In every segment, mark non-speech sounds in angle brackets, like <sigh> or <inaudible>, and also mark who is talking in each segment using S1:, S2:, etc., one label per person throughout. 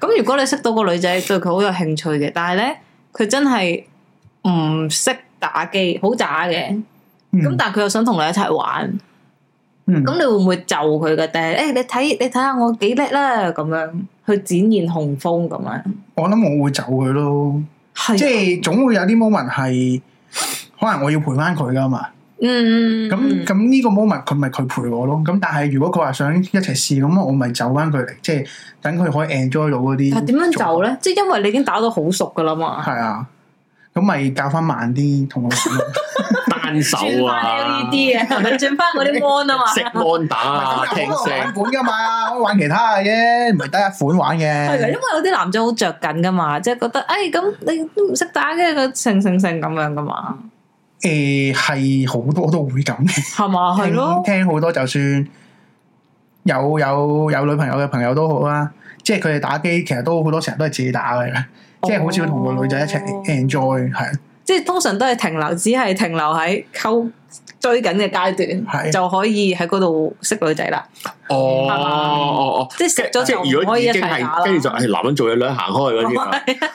S1: 咁如果你識到個女仔對佢好有興趣嘅，但係咧佢真係唔識打機，好渣嘅。咁、
S2: 嗯
S1: 但係佢又想同你一齊玩，
S2: 嗯
S1: 咁你會唔會就佢嘅？定係誒你睇你睇下我幾叻啦咁樣去展現雄風咁樣。
S2: 我諗我會走佢咯，
S1: 係啊
S2: 即係總會有啲 moment 係可能我要陪翻佢噶嘛。
S1: 嗯，
S2: 咁咁呢個 moment 佢咪佢陪我咯。咁但係如果佢話想一齊試，咁我咪走翻佢嚟，即係等佢可以 enjoy 到嗰啲。
S1: 但係點樣走？咧？即係因為你已經打到好熟噶啦嘛。
S2: 係啊，咁咪教翻慢啲同我玩咯。
S3: 單手
S1: 轉
S3: 啊
S1: 翻，LED 嘅，係咪轉翻嗰啲 mon <laughs> E 啊嘛？
S3: <laughs> 食 mon 打
S1: <laughs>
S3: 啊，
S2: 咁
S3: 聽
S2: 又可以
S3: 聲
S2: 玩。款噶嘛，可以玩其他嘅啫，唔係得一款玩
S1: 係啊嘅，因
S2: 嘅。
S1: 為有啲男仔好着緊噶嘛，即係覺得，哎咁你都唔識打嘅，個成成成咁樣噶嘛，
S2: 誒係好多都會咁嘅，
S1: 係嘛？係咯，
S2: 聽聽好多就算有有有女朋友嘅朋友都好啦，即係佢哋打機其實都好多成日都係自己打嘅，即係好少同個女仔一齊
S1: 哦
S2: enjoy 係。
S1: 即係通常都係停留，只係停留喺溝追緊嘅階段，
S2: 係
S1: 就可以喺嗰度識女仔啦。
S3: 哦哦哦，
S1: 即係食咗
S3: 即
S1: 就
S3: 係如
S1: 唔
S3: 果
S1: 可以
S3: 已
S1: 一齊
S3: 經
S1: 打
S3: 係
S1: 啦。
S3: 跟住就係男人做嘢，女人行
S1: <laughs>
S3: 開嗰啲啊。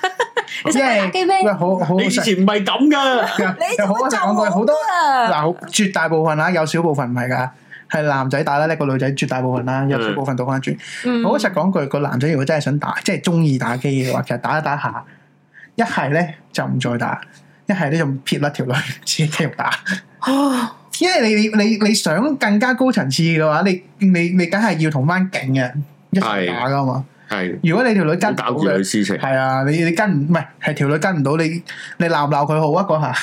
S1: 你識唔識打機咩？
S2: 喂，好好
S3: 你以
S2: 實
S3: 前唔係咁噶，
S1: 你
S2: 又
S1: 就
S2: 好啊
S1: 會
S2: 我
S1: 就
S2: 講句，好
S1: 冇
S2: 多
S3: 啊
S1: 啦。
S2: 嗱，好絕大部分啦，有少部分唔係㗎，係男仔打得叻過女仔，絕大部分
S3: 嗯
S2: 啦，有少部分倒翻轉。
S1: 嗯
S2: 我好實講句，個男仔如果真係想打，即係中意打機嘅話，其實打一打下，一係咧就唔再打，一係咧就撇甩條女，自己繼續打。
S1: 啊
S2: 因為你你你你想更加高層次嘅話，你你你梗係要同翻勁嘅一齊打㗎嘛。
S3: 係
S2: 如果你條女跟
S3: 好
S2: 唔到
S3: 搞住女
S2: 嘅，
S3: 事情。
S2: 係啊，你你跟唔唔係係條女跟唔到你，你鬧唔鬧佢好啊嗰下？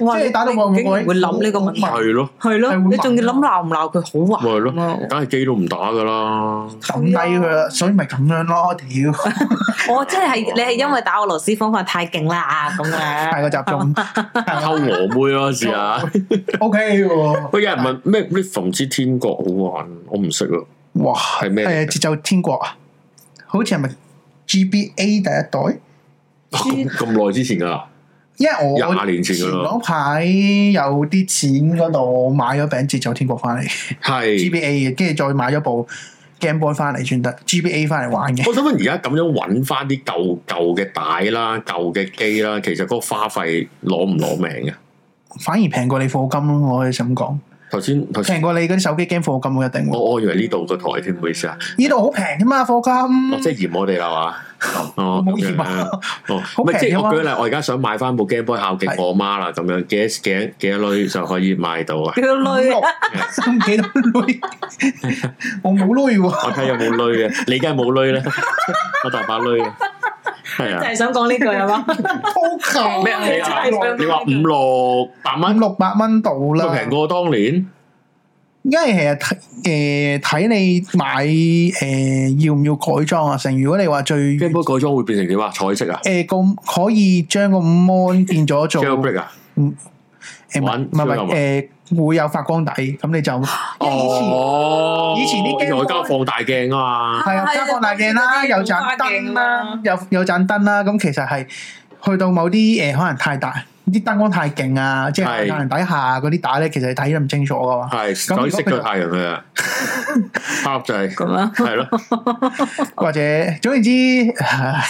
S1: 哇
S2: 即係打到我
S1: 你竟然會諗呢個問題，
S2: 我
S3: 係咯，
S1: 係
S2: 係會
S1: 咯，
S2: 問
S1: 你仲要諗鬧唔鬧佢好
S3: 咪係
S1: 玩
S3: 咯
S1: 咯？
S3: 梗係機都唔打噶啦。
S2: 抌低佢啦，所以咪咁樣咯，屌，
S1: 我真係你係因為打俄羅斯方法太勁啦咁
S2: 太 <laughs>
S1: 樣。
S2: 過集中
S3: 溝我妹咯，試 <laughs> 下。
S2: ，O K 喎，
S3: 喂，有人問咩 r i f 之天國好玩？我唔識啊喎。
S2: 哇，
S3: 係咩嚟
S2: 誒
S3: 㗎
S2: 節奏天國啊，好似係咪 G B A 第一代？
S3: 咁咁耐之前噶啦，
S2: 因為我
S3: 廿年前㗎啦
S2: 嗰排有啲錢嗰度買咗餅節奏天國翻嚟，G
S3: 係。
S2: B A 嘅，跟住再買咗部 Game Boy 翻嚟先得，G B A 翻嚟玩嘅，
S3: 我想問而家咁樣揾翻啲舊舊嘅帶啦、舊嘅機啦，其實嗰個花費攞唔攞命啊嘅？
S2: 反而平過你課金咯，我可以咁
S3: <laughs>
S2: 講，
S3: 頭先頭先
S2: 平過你嗰啲手機 game 課金喎一定會，
S3: 我我以為呢度個台添，唔好意思啊，
S2: 呢度好平㗎嘛課
S3: 哦即
S2: 金，
S3: 係嫌我哋啦嘛。哦，
S2: 冇
S3: 咁
S2: 嫌
S3: 樣
S2: 啊。
S3: 哦，
S2: 好
S3: 唔係即
S2: 平
S3: 係
S2: 㗎嘛
S3: 我舉例，我而家想買翻部 Game Boy 孝敬
S2: 係
S3: 我媽啦，咁樣幾多幾多幾多女就可以買到
S2: <laughs>
S3: 啊？
S1: 叫女
S2: 六三幾多
S3: <laughs>
S2: 累，我冇累喎。
S3: 我睇有冇女嘅，你梗係冇女啦， <laughs> 我大把女啊，係
S1: 就
S3: 啊，
S1: 係想講呢句係
S2: <laughs>
S1: 嘛？
S2: 好求
S3: 咩你
S1: 真係想
S3: 話你話五六百
S2: 五
S3: 蚊，
S2: 六百蚊度
S3: 咪
S2: 啦，
S3: 平過當年
S2: 因為其實睇誒睇你買誒、要唔要改裝啊？成如果你話最誒
S3: Game Boy 改裝會變成點啊？彩色啊
S2: 個、可以將個 mon 變咗做
S3: j a l b
S2: 誒
S3: r e a k 啊，
S2: 唔係唔係唔係誒會有發光底，咁你就因為以前
S3: 哦，
S2: 以前啲 Game
S3: 外
S2: Boy
S3: 加放大鏡啊，
S2: 係
S1: 係啊
S2: 啊加放大鏡啦，
S1: 嗰啲
S2: 有盞燈啦，有有盞燈啦，咁其實係去到某啲誒、可能太大，啲燈光太勁啊，即係
S3: 係啊
S2: 太陽底下嗰啲打咧，其實你睇得唔清楚噶嘛。
S3: 係
S2: 咁如
S3: 彩
S2: 果
S3: 色
S2: 佢
S3: 咗
S2: 就
S3: 太陽嘅，
S2: <laughs>
S3: 黑仔
S1: 咁樣
S3: 係咯，
S2: 或者總言之，
S3: 啊
S2: 唉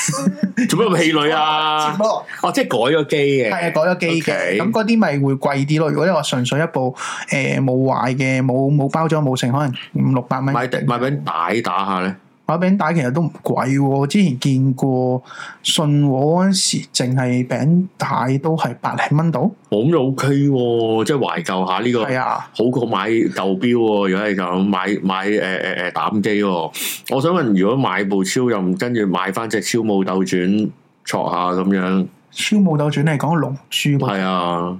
S3: 做咩咁氣餒啊？哦，即係改咗機
S2: <laughs> 係啊，改
S3: 嘅，
S2: 咗機
S3: OK
S2: 嘅，咁嗰啲咪會貴啲咯。如果你話純粹一部誒冇壞嘅，冇冇包裝冇成，可能五六百蚊。
S3: 買買餅帶打下咧，
S2: 買餅帶其實都唔貴喎，我之前見過信和嗰陣時，淨係餅帶都係百零蚊度。
S3: 我咁就 OK 喎，即係懷舊下呢個。
S2: 係啊，
S3: 好過買舊錶喎，如果係咁買買誒誒誒膽機喎，我想問，如果買部超任，跟住買翻隻超武鬥轉戳下咁樣，
S2: 超武鬥轉嚟講龍珠嗰
S3: 係啊，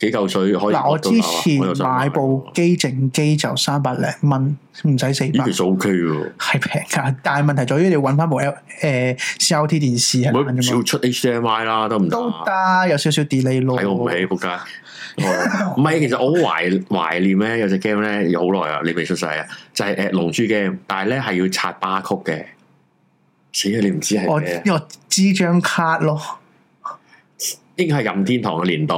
S3: 幾嚿水可以啊
S2: 嗱，我之前
S3: 我又想
S2: 買部機整機就三百零蚊，唔使四
S3: 咦
S2: 百
S3: 其，實
S2: <laughs>
S3: OK 喎，
S2: 係平㗎。但係問題在於你揾翻部 L 誒、CRT 電視係難
S3: 唔
S2: 啫
S3: 好
S2: 嘛，
S3: 出 HDMI 啦，得唔得
S2: 都
S3: 啊？
S2: 得有少少 delay 咯。
S3: 睇我唔起，仆街！哦唔
S2: <laughs>
S3: 係，其實我好懷懷念咧，有隻 game 咧，有好耐啊，你未出世啊，就係誒龍珠 game，但係咧係要刷巴曲嘅，死啊！你唔知係
S2: 我
S3: 咩啊？
S2: 我知張卡咯，
S3: 應該係任天堂嘅年代。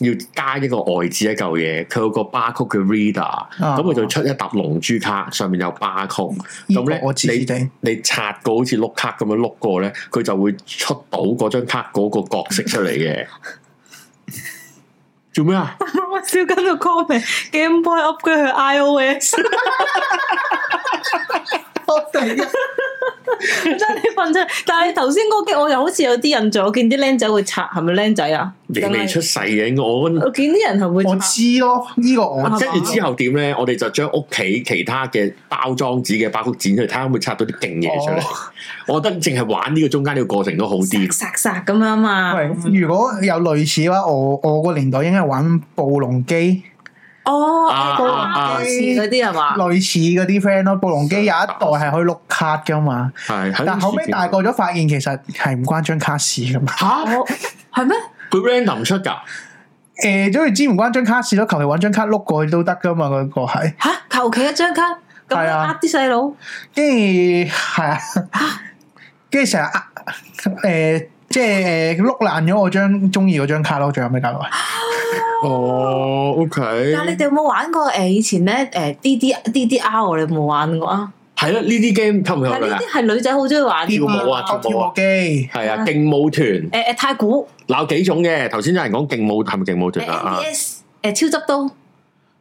S3: 要加一個外置一嚿嘢，佢有個 barcode 嘅
S2: 啊
S3: reader，咁佢就出一沓龍珠卡，上面有 barcode，咁咧
S2: 我知知地，
S3: 你刷個好似碌卡咁樣碌過咧，佢就會出到嗰張卡嗰個角色出嚟
S2: <laughs>
S3: 嘅。做咩啊？
S1: 我笑跟到 comment Game Boy upgrade 去 iOS，
S2: 我突然間
S1: 真係瞓真。但係頭先嗰個我又好似有啲印象，我見啲僆仔會拆，係咪僆仔啊？
S3: 你未出世嘅，應該我
S1: 我見啲人係會
S2: 我
S1: 拆，
S2: 知咯，呢個我
S1: 啊
S3: 跟住之後點咧？我哋就將屋企其他嘅包裝紙嘅包曲剪出嚟，睇下可唔可以拆到啲勁嘢出嚟。
S1: 哦
S3: <laughs> 我覺得淨係玩呢個中間呢個過程都好啲。
S1: 殺殺咁樣
S3: 啊
S1: 嘛。
S2: 喂，如果有類似嘅話，我我個年代應該係玩暴龍機，
S1: 哦，
S3: 啊
S1: 嗰
S3: 啊啊
S1: 嗰啲係嘛？
S2: 類似嗰啲 friend 咯。暴龍機有一代係可以碌卡噶嘛，
S3: 係，喺
S2: 但後尾大個咗發現其實係唔關張卡事噶嘛。 <laughs>
S3: 吓，
S1: 我係咩？
S3: 佢 random 出㗎，
S2: 誒，總言之唔關張卡事咯，求其揾張卡碌過去都得噶嘛，嗰個係。
S1: 吓，求其一張卡咁樣
S2: 係啊
S1: 呃啲細佬，
S2: 跟住係啊，跟住成日呃誒，即係誒碌爛咗我張中意嗰張卡咯，最後尾搞到係。
S3: 哦，OK，
S1: 但係你哋有冇玩過誒以前咧誒 D D D D R 我哋有冇玩過啊？
S3: 係啦，呢啲 game 吸唔
S1: 但係
S3: 吸引
S1: 呢
S3: 啊
S1: 啲？係女仔好中意玩
S3: 跳
S1: 嘅
S3: 舞啊
S1: 喎
S3: 跳
S2: 跳舞機
S3: 係啊，勁舞團
S1: 誒誒太古
S3: 鬧幾種嘅，頭先有人講勁舞係咪勁舞
S1: 誒
S3: 團啊？啊
S1: NDS 誒超執刀，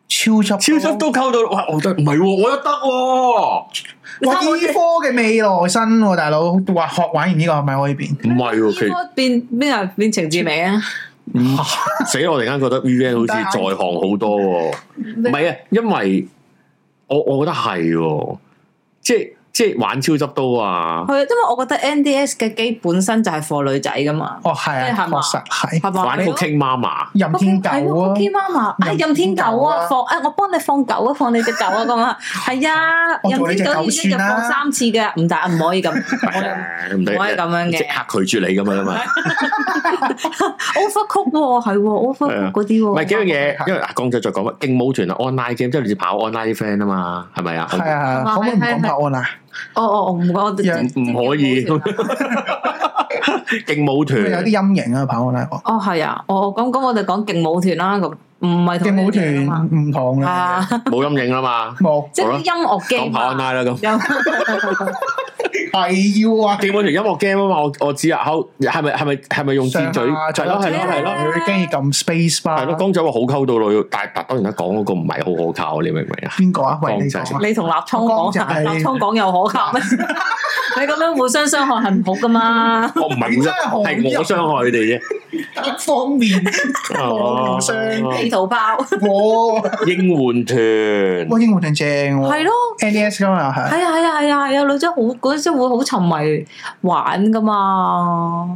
S2: 超級
S3: 超級都溝到，哇！我覺得唔係喎，我都得喎。
S1: 你
S2: 哇！
S1: 睇我
S2: 醫科嘅未來生喎，大佬話學玩完呢個係咪可以變？
S3: 唔係喎，其
S1: 哋變邊啊變程志明啊？
S3: <laughs> 死啦！我突然間覺得 V N 好似在行好多喎，唔係啊，因為我我覺得係喎，即係即係玩超執刀啊，
S1: 係啊，因為我覺得 NDS 嘅機本身就係 for 女仔噶嘛，
S2: 哦，係
S1: 即係
S2: 啊，
S1: 係嘛
S2: 確實係
S1: 係嘛？
S3: 玩 Cooking Mama
S2: 任天狗啊
S1: k i，媽媽，啊，任天狗啊，放啊，我幫你放狗啊，放你只狗
S3: <laughs>
S1: 啊，咁啊，係啊，
S2: 我
S1: 任
S2: 做你隻
S1: 天狗
S2: 狗
S1: 已經入
S2: 算啦
S1: 放三次嘅，唔得，唔可
S3: <laughs>
S1: 以咁，
S3: 哎
S1: 啊
S3: 唔
S1: 唔可以咁樣嘅
S3: 即刻拒絕你咁樣啊嘛。
S1: overcook 喎，係喎
S3: 係
S1: ，overcook
S3: 啊
S1: 嗰啲喎，
S3: 唔係幾樣嘢，
S2: 係
S3: 因為啊，講咗再講乜勁舞團啊，online game 即係你似跑 online 啲 friend 啊嘛，係咪啊？
S2: 係啊，
S1: 係
S2: 可唔可以唔講拍案啊？
S1: 哦哦哦，唔該，我
S2: 樣
S3: 唔可以
S1: 啊
S3: <laughs> 勁舞團
S2: 因為有啲陰影啊，拍案啦，我
S1: 哦係啊，哦咁咁，我哋講勁舞團啦，咁唔係同
S2: 勁舞團
S1: 你哋啊嘛
S2: 唔同
S3: 嗯
S1: 係
S2: 啦，
S1: 啊，
S3: 冇陰影啦嘛，
S2: 冇
S1: 即係啲音樂機
S2: <laughs>
S3: 講跑啊 online 啦咁。
S2: 係要啊，
S3: 勁舞團音樂 game 啊嘛，我我知啊，好係咪係咪係咪用箭嘴？
S2: 上下
S3: 係咯係咯係咯。
S2: 佢跟住撳 space
S3: 係咯，
S2: bar，
S3: 江仔話好溝到女，但係當然啦，講嗰個唔係好可靠，你明唔
S2: <laughs>
S3: 明啊？
S2: 邊個啊？喂，你
S3: 江
S2: 講
S3: 仔
S2: 啊，
S1: 你同立聰講，
S2: 我講就係
S1: 立聰講又可靠
S2: <laughs>
S1: 咩？你咁樣互相傷害係唔好噶嘛？
S3: 我唔係
S2: 你
S3: 互
S2: 真
S3: 相，
S2: 係好
S3: 係我傷害佢哋啫。
S2: 單方
S1: <laughs>
S2: 面我互相
S1: 地圖炮
S2: 哦我
S3: 哦應援團
S2: 哇英皇團正喎，E
S1: 係咯。
S2: NES 噶嘛係，
S1: 係啊係啊係啊係啊！女仔好嗰陣時會好沉迷玩噶嘛，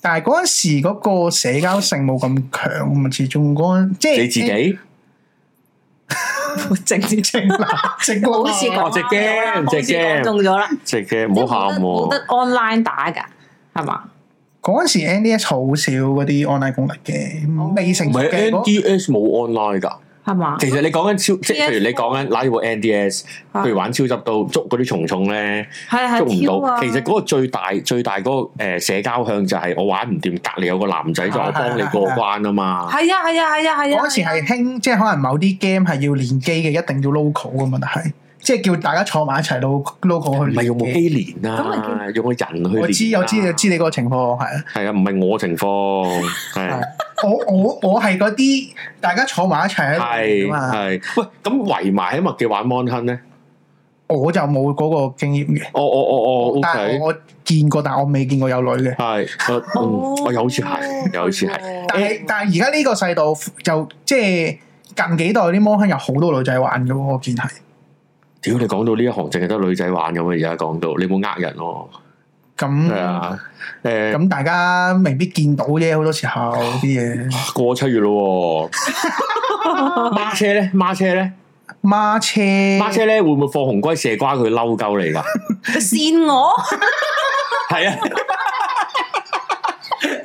S2: 但係嗰陣時嗰個社交性冇咁強，咁啊始終嗰陣即係
S3: 你自己，
S1: 正正正
S2: 正男正男
S1: 好似講
S3: 哦隻
S1: 啱
S3: game，
S1: 咗啦好
S3: 隻 game
S1: 似講中咗啦，
S3: 直嘅唔好喊
S1: 冇得冇
S3: 喎。
S1: 得 online 打㗎，係嘛？
S2: 嗰陣時 NDS 好少嗰啲 online 功能
S1: 哦
S2: 嘅，未成
S3: 唔
S2: 熟
S3: 係
S2: 嘅嗰
S3: NDS 冇 online 㗎。
S1: 係嘛？
S3: 其實你講緊超，即係
S1: PS4
S3: 譬如你講緊揦住部 NDS，
S1: 啊
S3: 譬如玩超執到捉嗰啲蟲蟲咧，
S1: 係
S3: 捉唔
S1: 係挑
S3: 到。
S1: 啊！
S3: 其實嗰個最大最大嗰個誒社交向就係我玩唔掂，隔離有個男仔就我幫你過關啊嘛。
S1: 係啊係啊係啊係啊！
S2: 嗰陣時係興，即係可能某啲 game 係要連機嘅，一定要 local 噶嘛，但係即係叫大家坐埋一齊 lo- local
S3: 唔
S2: 去
S3: 係
S2: 連
S3: 用部
S2: 機。
S3: 機連
S1: 咁
S3: 啊，用個人去連啊。
S2: 我知我知我知你個情況係啊，
S3: 係啊，唔係我情況，係
S2: 我我我係嗰啲大家坐埋一齊喺度
S3: 係
S2: 連啊嘛，
S3: 係。喂，咁圍埋喺麥記玩 Mon Hun 咧？
S2: 我就冇嗰個經驗嘅。
S3: 哦哦哦哦
S2: 但係
S3: ，OK，
S2: 我見過，但係我未見過有女嘅。
S3: 係，我
S1: 哦
S3: 嗯我有好似係，有好似係。
S1: 係
S2: 但係但係而家呢個世道就即係近幾代啲摩亨有好多女仔玩嘅喎，我見係。
S3: 屌，你講到呢一行淨係得女仔玩咁啊！而家講到，你冇呃人咯，係
S2: 咁
S3: 啊，誒，
S2: 咁大家未必見到啫，好多時候啲嘢。
S3: 過咗七月咯喎，孖車咧，孖車咧，
S2: 孖車，
S3: 孖
S2: <laughs>
S3: 車咧，會唔會放紅龜射瓜佢嬲鳩你㗎？
S1: 扇我，
S3: 係啊，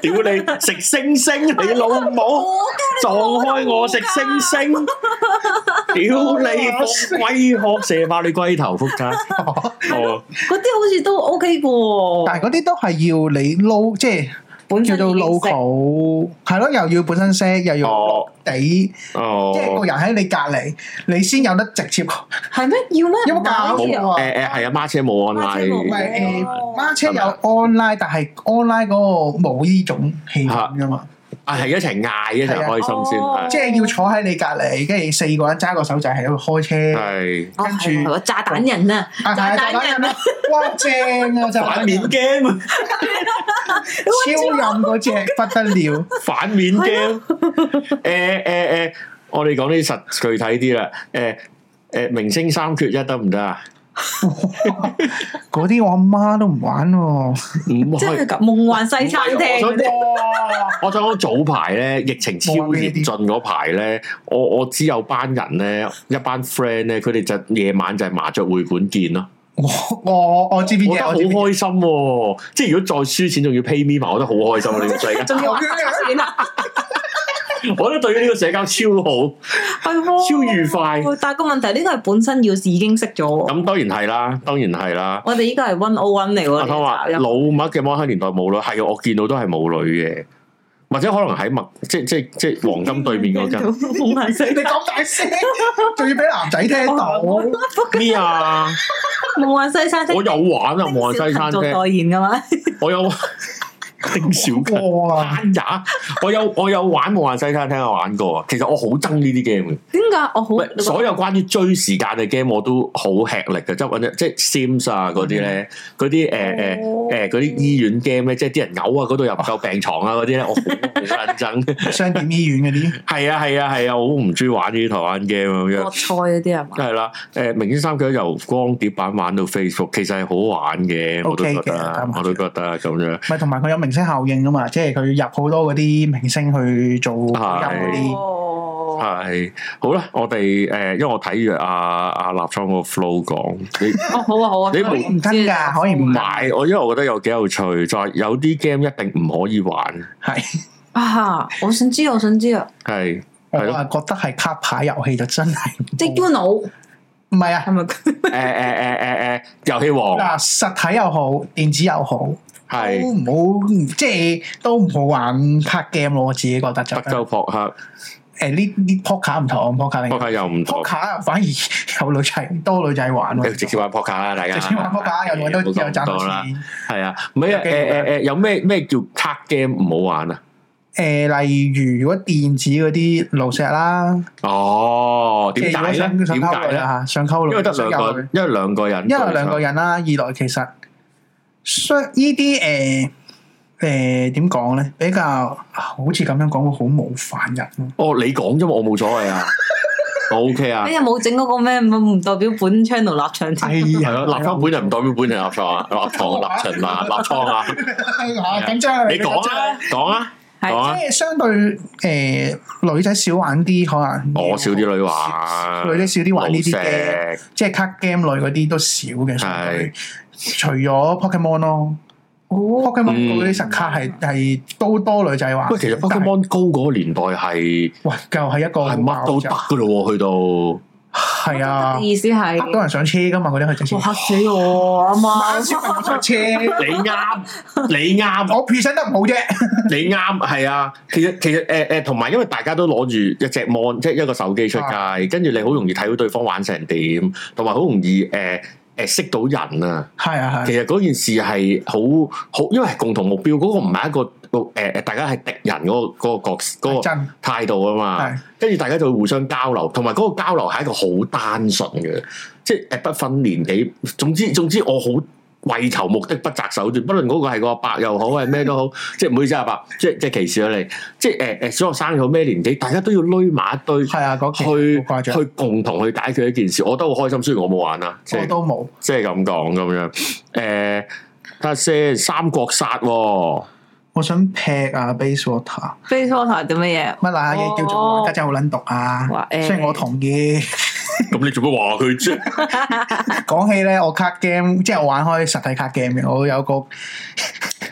S3: 屌你食星星，你老母！
S1: 我
S3: 撞開我食星星，屌你放龜殼射爆你龜頭，仆街！ <laughs> 哦，
S1: 嗰啲好似都 OK 嘅喎。
S2: 但係嗰啲都係要你撈，即係
S1: 本
S2: 叫
S1: 身
S2: 做
S1: 已經識
S2: local，係咯，又要本身識，又要
S3: 哦
S2: 落地，
S3: 哦
S2: 即，係個人喺你隔離，你先有得直接。唔
S1: 係咩？要咩？
S2: 有冇搞
S1: 唔係
S2: 錯
S1: 好
S2: 啊
S3: 誒誒係啊，孖車冇
S1: 孖車冇
S3: online，
S2: 係誒，
S1: 哦
S2: 孖車有
S3: 啊
S2: online，但係 online 嗰個冇呢種氣氛噶嘛，
S3: 啊係一齊嗌一齊開心先，
S1: 哦
S2: 即係要坐喺你隔離，跟住四個人揸個手掣喺度開
S3: 係
S2: 車。
S3: 係
S1: 似哦
S2: 跟住
S1: 係喎炸彈人啊！
S2: 啊係
S1: 炸彈
S2: 啊炸彈
S1: 人啊！
S2: 哇正啊！就
S3: 反面 game，
S2: 超任嗰只不得了，
S3: 反面 game，誒誒誒，我哋講啲實具體啲啦，誒誒明星三缺一得唔得啊？
S2: 嗰啲我阿媽都唔玩喎。
S3: 唔
S1: 即係
S3: 開。
S1: 咁夢幻西餐廳 <laughs> 嗰啲，
S2: 哇！
S3: <laughs> 我想講早排咧，疫情超嚴峻嗰排咧，我我知有班人咧，一班 friend 咧，佢哋就夜晚就係麻雀會館見咯。
S2: 我我我知邊
S3: 我
S2: 只，
S3: 覺得好
S2: 我知邊
S3: 開心喎、即係如果再輸錢仲要 pay me 埋，我覺得好開心啊！呢
S2: <laughs>
S3: 個世界，
S1: 仲要玩打錢啊！
S3: 我覺得對於呢個社交超好，
S1: 係喎，
S3: 超愉快。
S1: 但係個問題呢個係本身要已經識咗喎。
S3: 咁當然係啦，當然係啦。
S1: 我哋依個係 one o one 嚟喎。
S3: 阿湯話
S1: 呢一集
S3: 老麥嘅摩黑年代冇女，係啊我見到都係冇女嘅，或者可能喺麥即即即黃金對面
S2: <laughs>
S3: 嗰
S1: <laughs>
S3: 間
S1: 夢幻西
S2: 你講大聲，仲要俾男仔聽到。
S3: 咩啊？
S1: 夢幻西餐廳，
S3: 我有玩啊！望西餐
S1: 做
S3: 廳。
S1: 代言噶嘛？
S3: <laughs> 我有
S2: <laughs>
S3: 丁小勤
S2: 哇！
S3: 單打， <laughs> 我有我有玩《夢幻西餐廳》，我玩過啊。其實我好憎呢啲 game 嘅，
S1: 點解我好
S3: 喂所有關於追時間嘅 game 我都好吃力嘅，即係或者即係 Sims 啊嗰啲
S2: 嗯
S3: 咧，嗰啲誒
S2: 哦
S3: 誒誒嗰啲醫院 game 咧，即係啲人嘔啊，嗰度又唔夠病
S2: <laughs>
S3: 床啊嗰啲咧，我好好撚憎。
S2: 商店醫院嗰啲，
S3: 係啊係啊係啊，我好唔中意玩呢啲台灣 game 咁樣
S1: 國。菜嗰啲係嘛？
S3: 係啦，誒明星三九由光碟版玩到 Facebook，其實係好玩嘅，我都
S2: OK
S3: 覺
S2: 嘅啱
S3: 得
S2: 啊，
S3: 我都覺得咁樣。
S2: 咪同埋佢有明星效應噶嘛，即係佢入好多嗰啲明星去做配音嗰啲，
S1: 哦，
S3: 系好啦，我哋诶、誒因為我睇住阿阿立倉個 flow 講，你
S2: <laughs>
S1: 哦好啊好啊，
S3: 你
S1: 我
S2: 唔跟
S1: 知
S2: 㗎可以唔
S3: 買我，因為我覺得有幾有趣，就係有啲 game 一定唔可以玩，
S2: 係
S1: 啊！我想知我想知啊，
S3: 係
S2: 我
S3: 係咯
S2: 啊覺得係卡牌遊戲就真係唔
S1: 即係 Uno
S2: 唔係啊
S1: 係咪？
S3: 诶诶诶诶诶，誒遊戲王
S2: 嗱，實體又好，電子又好，都
S3: 係
S2: 唔好即係都唔好玩卡 game 咯，我自己覺得就
S3: 德州撲克，
S2: 誒呢呢 poker 唔同，poker
S3: 撲
S2: 另
S3: 克又唔同，
S2: poker 反而 <laughs> 有女仔多女仔玩
S3: 你
S2: 喎，
S3: 直接玩撲克啦，大家
S2: 直接玩 poker 有女都
S3: 唔好
S2: 有
S3: 講咁
S2: 賺到
S3: 多啦，
S2: 錢。
S3: 係啊，唔係啊，
S2: 有機會
S3: 诶诶诶，誒有咩咩叫卡 game 唔好玩啊？
S2: 誒、例如如果電子嗰啲爐石啦，
S3: 哦，點解咧？
S2: 即係如果想
S3: 點
S2: 想溝
S3: 解
S2: 女
S3: 咧？
S2: 啦嚇，想溝女
S3: 因為得
S2: 想
S3: 兩
S2: 有
S3: 個
S2: 女，
S3: 因為兩個人，
S2: 因為兩個人啦，二來其實相呢啲誒誒點講咧，比較啊好似咁樣講會好冒犯人咯。
S3: 哦，你講啫嘛，我冇所謂 <laughs> 啊，我 OK <laughs> 啊
S1: 你。有哎冇整嗰個咩唔代表本 channel 立場
S2: 哎
S1: 添？
S3: 系
S2: 呀， <laughs>
S3: 咯，啊立倉本人唔代表本人立倉啊，立倉、立場 <laughs> 啊、立倉啊，
S2: 啊緊張啊
S3: 你講
S2: 緊張
S3: 啊，講啊，
S1: 係
S3: 講啊
S2: 即，係相對誒、女仔少玩啲，可能
S3: 我哦少啲女玩，
S2: 女仔少啲玩呢啲
S3: 老
S2: game，
S3: 石
S2: 即係卡 game 類嗰啲都少嘅。相對
S3: 係
S2: 除咗 Pokemon 咯。
S1: 哦，
S2: Pokemon
S3: 嗯
S2: 嗰啲實卡係係都多女仔玩。
S3: 喂，其實 Pokemon Go 嗰個年代係
S2: 但係喂又係一個
S3: 係乜都得噶咯喎，去到
S2: 係啊，
S1: 意思係
S2: 呃到人上車噶嘛嗰啲佢直接
S1: 哇。嚇死我啊嘛！
S3: <laughs>
S2: 小朋友上車，
S3: 你啱，你啱，
S2: 我 present 得唔好啫。
S3: 你啱，係啊。其實其實誒誒，同埋因為大家都攞住一隻 mon，即係一個手機出街，跟住你好容易睇到對方玩成點，同埋好容易誒誒識到人啊。
S2: 係啊係
S3: 其實嗰件事係好好，因為係共同目標，嗰、個唔係一個誒誒、呃大家係敵人嗰、個嗰、個角
S2: 啊，
S3: 嗰、個
S2: 真
S3: 態度啊嘛。
S2: 係
S3: 跟住大家就會互相交流，同埋嗰個交流係一個好單純嘅，即係誒不分年紀。總之總之，我好為求目的不擇手段，不論嗰個係個阿伯又好係咩都好， <laughs> 即係唔好意思阿伯，即係即係歧視咗你。即係誒誒小學生又好咩年紀，大家都要攏埋一堆
S2: 係啊，嗰期
S3: 去
S2: 好誇張
S3: 去共同去解決一件事，我覺得好開心。雖然我冇玩啦，即係
S2: 我。都冇。
S3: 即係咁講咁樣。誒、睇下先，《三國殺、喎，
S2: 我想劈啊，base water
S1: 飛梭台做乜嘢？
S2: 乜嗱嘢叫做玩家真係好撚毒啊
S1: 哇！誒
S2: 雖然
S1: <laughs>
S2: 我同意。
S3: 咁你做乜話佢啫？
S2: 講起咧，我卡 game 即係我玩開實體卡 game 嘅，我有個
S3: 唔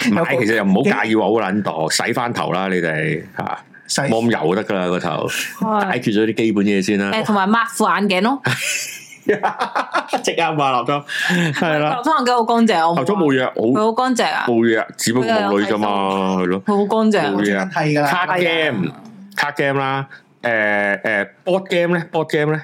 S2: 有
S3: 係，
S2: 個
S3: 其實又唔好介意話好撚惰，洗翻頭啦，你哋嚇，
S2: 細
S3: 冇咁油得噶啦個頭，解決咗啲基本嘢先啦。
S1: 誒，同埋抹副眼鏡咯，
S3: <laughs> 即刻話落咗，係啦，
S1: 頭裝嘅好乾淨，我啊
S3: 頭先冇嘢，
S1: 佢
S3: 好
S1: 好乾淨啊，
S3: 冇嘢，只不過冇女啫嘛，係咯，
S1: 佢好乾淨
S3: 冇
S1: 啊，
S3: 嘢
S2: 真啊係啊㗎啦，
S3: 卡 game 卡 game 啦，誒誒 board game 咧，board game 咧，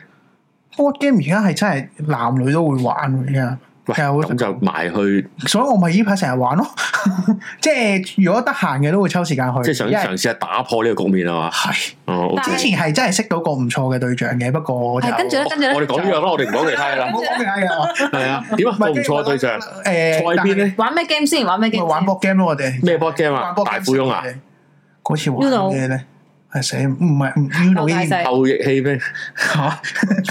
S2: board game 而家係真係男女都會玩嘅，而家
S3: 喂，
S2: 係啊好
S3: 咁就埋去，
S2: 所以我咪依排成日玩咯。 <laughs> 即係如果得閒嘅都會抽時間去，
S3: 即係想
S2: 因為
S3: 嘗試下打破呢個局面啊嘛，
S2: 係
S3: 哦，OK，
S2: 之前係真係識到個唔錯嘅對象嘅，不過就
S1: 係跟住咧，跟住
S3: 我
S1: 咧
S3: 哋講呢樣啦，我哋唔講其他
S2: <laughs>
S3: 嘢啦
S2: 唔，好講其他嘢啊
S3: 係啊，點啊，
S2: 係
S3: 個唔錯嘅對象，
S2: 誒，
S3: 賽邊
S2: 但係
S3: 咧？
S1: 玩咩 game 先？玩咩
S2: 咪
S1: game？
S2: 玩 board game 咯，我哋
S3: 咩 board game 啊
S2: 玩 board？
S3: 大
S2: game
S3: 富翁啊？
S2: 嗰次玩咩咧？係死唔係唔 Uno 已經
S1: 係
S3: 後翼器咩？
S2: 嚇，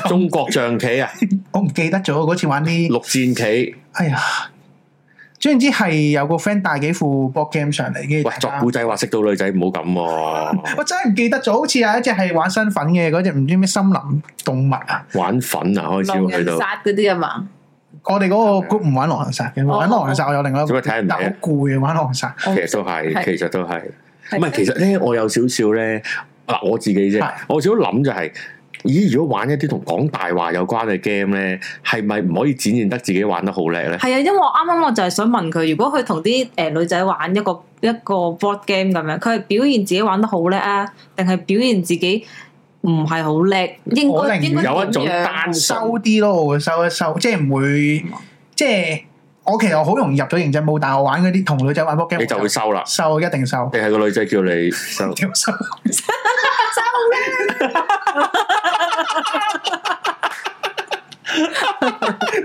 S3: 中國象棋啊，
S2: 我唔記得咗嗰次玩啲，
S3: 陸戰棋，
S2: 哎呀！總言之係有個 friend 帶幾副 board game 上嚟，跟住
S3: 喂，
S2: 大
S3: 作
S2: 家
S3: 古仔話識到女仔唔好咁喎，
S2: 我真係唔記得咗，好似有一隻係玩身份嘅，嗰隻唔知咩森林動物啊！
S3: 玩粉啊，開始
S1: 狼
S3: 會去
S1: 人
S3: 到。
S1: 殺嗰啲啊嘛，
S2: 我哋嗰個 group 唔玩狼人殺嘅，
S1: 哦
S2: 玩狼人殺我有另外一個
S3: 做咩
S2: group，
S3: 睇唔起
S2: 但
S3: 啊
S2: 好攰啊玩狼人殺。
S3: 其實都係，
S1: 係
S3: 其實都係，唔係其實咧，我有少少咧，嗱我自己啫
S2: 係，
S3: 我少少諗就係、咦？如果玩一啲同講大話有關嘅 game 咧，係咪唔可以展現得自己玩得好叻咧？
S1: 係啊，因為我啱啱我就係想問佢，如果佢同啲誒女仔玩一個一個 board game 咁樣，佢係表現自己玩得好叻啊，定係表現自己唔係好叻？應
S2: 我
S1: 該
S2: 寧願
S1: 應該
S3: 有一
S1: 種
S3: 種
S1: <laughs>
S3: 單純
S2: 收啲咯，我會收一收，即係唔會，即係我其實好容易入咗認真冇，但係我玩嗰啲同女仔玩 board game，
S3: 你就會收啦。
S2: 收，一定收，，
S3: 定係個女仔叫你收
S2: 屌收。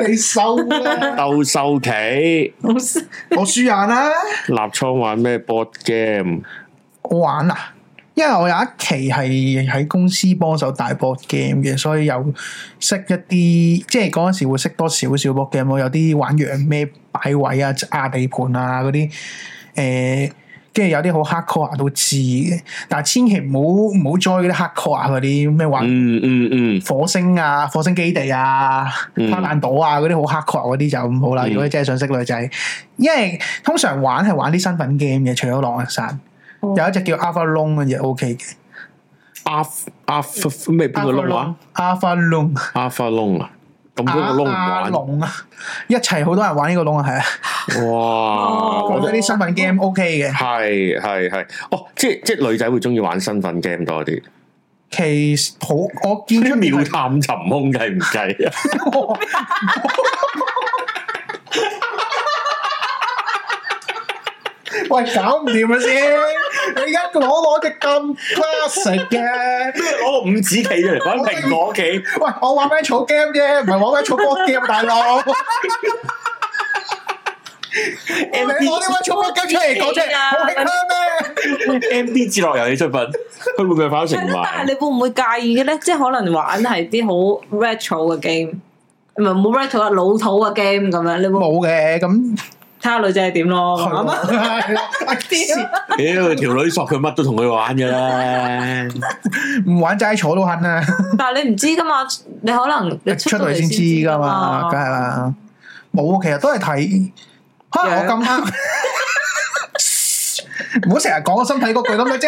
S2: 你收啊啦，
S3: 鬥獸棋、
S1: 好犀
S2: 我輸眼啦，
S3: 立倉玩咩 board game？
S2: 我玩啊，因為我有一期係喺公司幫手帶 board game 嘅，所以有識一啲，即係嗰陣時會識多少少 board game 咯，有啲玩樣咩擺位啊、壓地盤啊嗰啲，誒、跟住有啲好 hardcore 啊都知嘅，但係千祈唔好唔好 join 嗰啲 hardcore 啊嗰啲咩玩
S3: 嗯嗯嗯，
S2: 火星啊、火星基地啊、
S3: 嗯
S2: 花爛島啊嗰啲好 hardcore 嗰啲就唔好啦。
S3: 嗯
S2: 如果你真係想識女仔，因為通常玩係玩啲身份 game 嘅，除咗狼人殺，
S1: 哦
S2: 有一隻叫 Alpha Long 嗰隻 OK 嘅。
S3: 阿阿咩邊個窿啊？
S2: Alpha Long，
S3: 阿花窿啊？咁嗰個窿唔
S2: 阿
S3: 玩，
S2: 龍啊，一齊好多人玩呢個窿啊，係啊，
S3: 哇！
S1: 哦
S3: 嗰
S2: 我
S3: 個
S2: 覺得啲身份 game OK 嘅。
S3: 係係係，哦，即係即係女仔會中意玩身份 game 多啲，
S2: 其實好，我見出
S3: <laughs> 啲
S2: 面
S3: 妙
S2: 係
S3: 探尋空計唔計啊？
S2: <laughs> 喂，搞唔掂啊先！你而家攞攞隻咁 classic 嘅。
S3: 咩攞個五子棋出嚟玩蘋果棋？
S2: 喂，我玩 Match Game 啫，唔係玩 Match Board Game，大佬。你攞啲 Match Game 出嚟講出嚟，好吃香咩？
S3: M D 智樂遊戲出品，佢會唔會跑成
S1: 但係
S3: 埋？
S1: 你會唔會介意嘅咧？即係可能玩係啲好 retro 嘅 game，唔係冇 retro 啊，老土嘅 game 咁樣，你會
S2: 冇嘅，咁
S1: 睇下女仔係點咯。
S2: 係
S1: 咁啊
S2: 咯係咯 <laughs> 哎黐
S3: 屌條女索佢乜都同佢玩嘅啦，
S2: 線唔玩齋坐都恨啊！
S1: 但係你唔知噶嘛，你可能你
S2: 出
S1: 到
S2: 嚟
S1: 嚟
S2: 先知
S1: 㗎
S2: 㗎嘛，梗係啦。冇，啊其實都係睇。可能我咁啱，唔好成日講我身體嗰句咁嘅啫。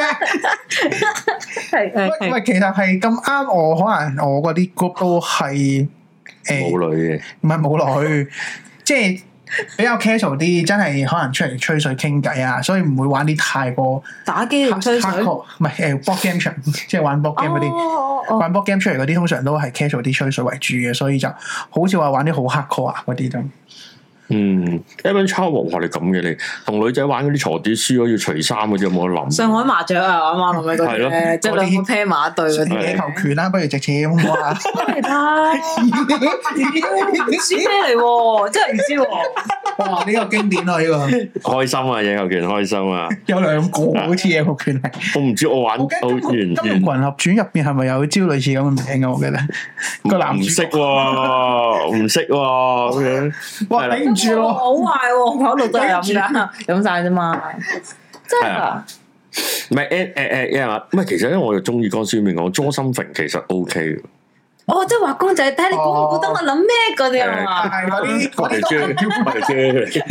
S1: 係係
S2: 喂
S1: 係
S2: 喂，其實係咁啱，我可能我嗰啲 group 都係誒
S3: 冇女嘅，
S2: 唔係冇落去，即係比較 casual 啲，真係可能出嚟吹水傾偈啊，所以唔會玩啲太過
S1: 打機同吹水。
S2: hardcore，唔係誒 board game 場，即係玩 board game 嗰啲，
S1: 哦哦哦
S2: 玩 board game 出嚟嗰啲通常都係 casual 啲吹水為主嘅，所以就好少話玩啲好 hardcore 啊嗰啲咁。
S3: 嗯，M N 超王話你咁嘅你，同女仔玩嗰啲鋤啲書要除衫嗰啲有冇得諗？
S1: 上海麻雀啊，啱啱同你嗰
S3: 係咯
S1: 啲咧，即係兩個 pair 馬對嗰啲
S2: 野球拳啦，不如直接咁話。
S1: 嚟啦，唔知咩嚟喎，真係唔知喎。
S2: 哇！呢個經典啊，呢個
S3: 開心啊，野球拳開心啊！
S2: 有兩個好似野球拳係。
S3: 我唔知我玩
S2: 我
S3: 我
S2: 記得金
S3: 完
S2: 融群
S3: 完
S2: 合傳入邊係咪有招類似咁嘅名嘅？我記得個男
S3: 唔
S2: 主
S3: 識
S2: 角
S3: 喎，唔識喎咁樣。
S2: 哇
S3: 係啦
S2: 頂唔住咯。
S1: 好壞喎，我一路都係飲噶，飲晒啫嘛，真係㗎。
S3: 唔係誒誒誒，因為話唔係其實咧，我就中意江書面講捉心平，其實 O K 嘅。
S1: 哦，即係畫公仔，睇你估唔估得我諗咩嗰啲啊
S2: 但
S1: 嘛？
S2: 係嗰啲
S3: 我
S2: 嗰
S3: 哋
S2: 啲都
S3: 追，
S2: 係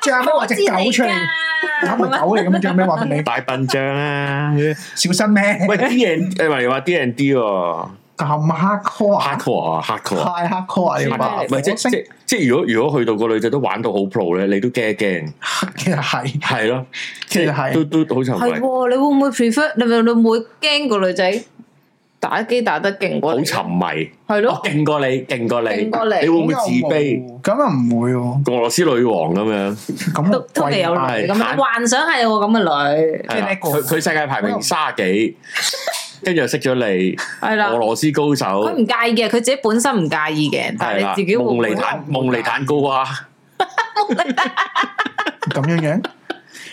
S2: 叫最後
S3: 我哋追
S2: 尾畫
S1: 我
S2: 只
S1: 知你
S2: 狗出嚟，打咪
S1: 㗎，
S2: 狗嚟咁，最後尾畫俾你
S3: 大笨象啊！
S2: 小心咩？
S3: 喂，D N 誒，咪話 D N D 喎，
S2: 咁 hardcore 啊
S3: hardcore 啊，hardcore 啊。
S2: 太 hardcore 啊你話，
S3: 唔係即即即如果如果去到個女仔都玩到好 pro 咧，你都驚一驚，
S2: 其實係，
S3: 係咯，
S2: 其實係
S3: 都都好沉
S1: 係
S3: 迷，
S1: 喎，你會唔會 prefer？你咪你會驚個女仔打機打得勁過
S3: 好
S1: 你？
S3: 沉迷，
S1: 係
S3: 我
S1: 咯，
S3: 勁過你，勁過你，
S1: 勁過你
S3: 你會唔會自卑？？
S2: 咁又唔會喎，
S3: 俄羅斯女王咁樣，
S2: 咁
S1: 都都未有女
S2: 貴
S1: 咁樣，
S3: 係
S1: 幻想係有個咁嘅女，
S3: 係啦
S2: 叻過
S3: 佢佢世界排名卅幾，跟住又識咗你，
S1: 係啦
S3: 俄，羅斯高手，
S1: 佢唔介意嘅，佢自己本身唔介意嘅，但
S3: 係
S1: 係
S3: 啦，
S1: 你自己會唔
S3: 夢
S1: 會
S3: 尼坦夢尼坦高啊，
S2: 咁樣樣，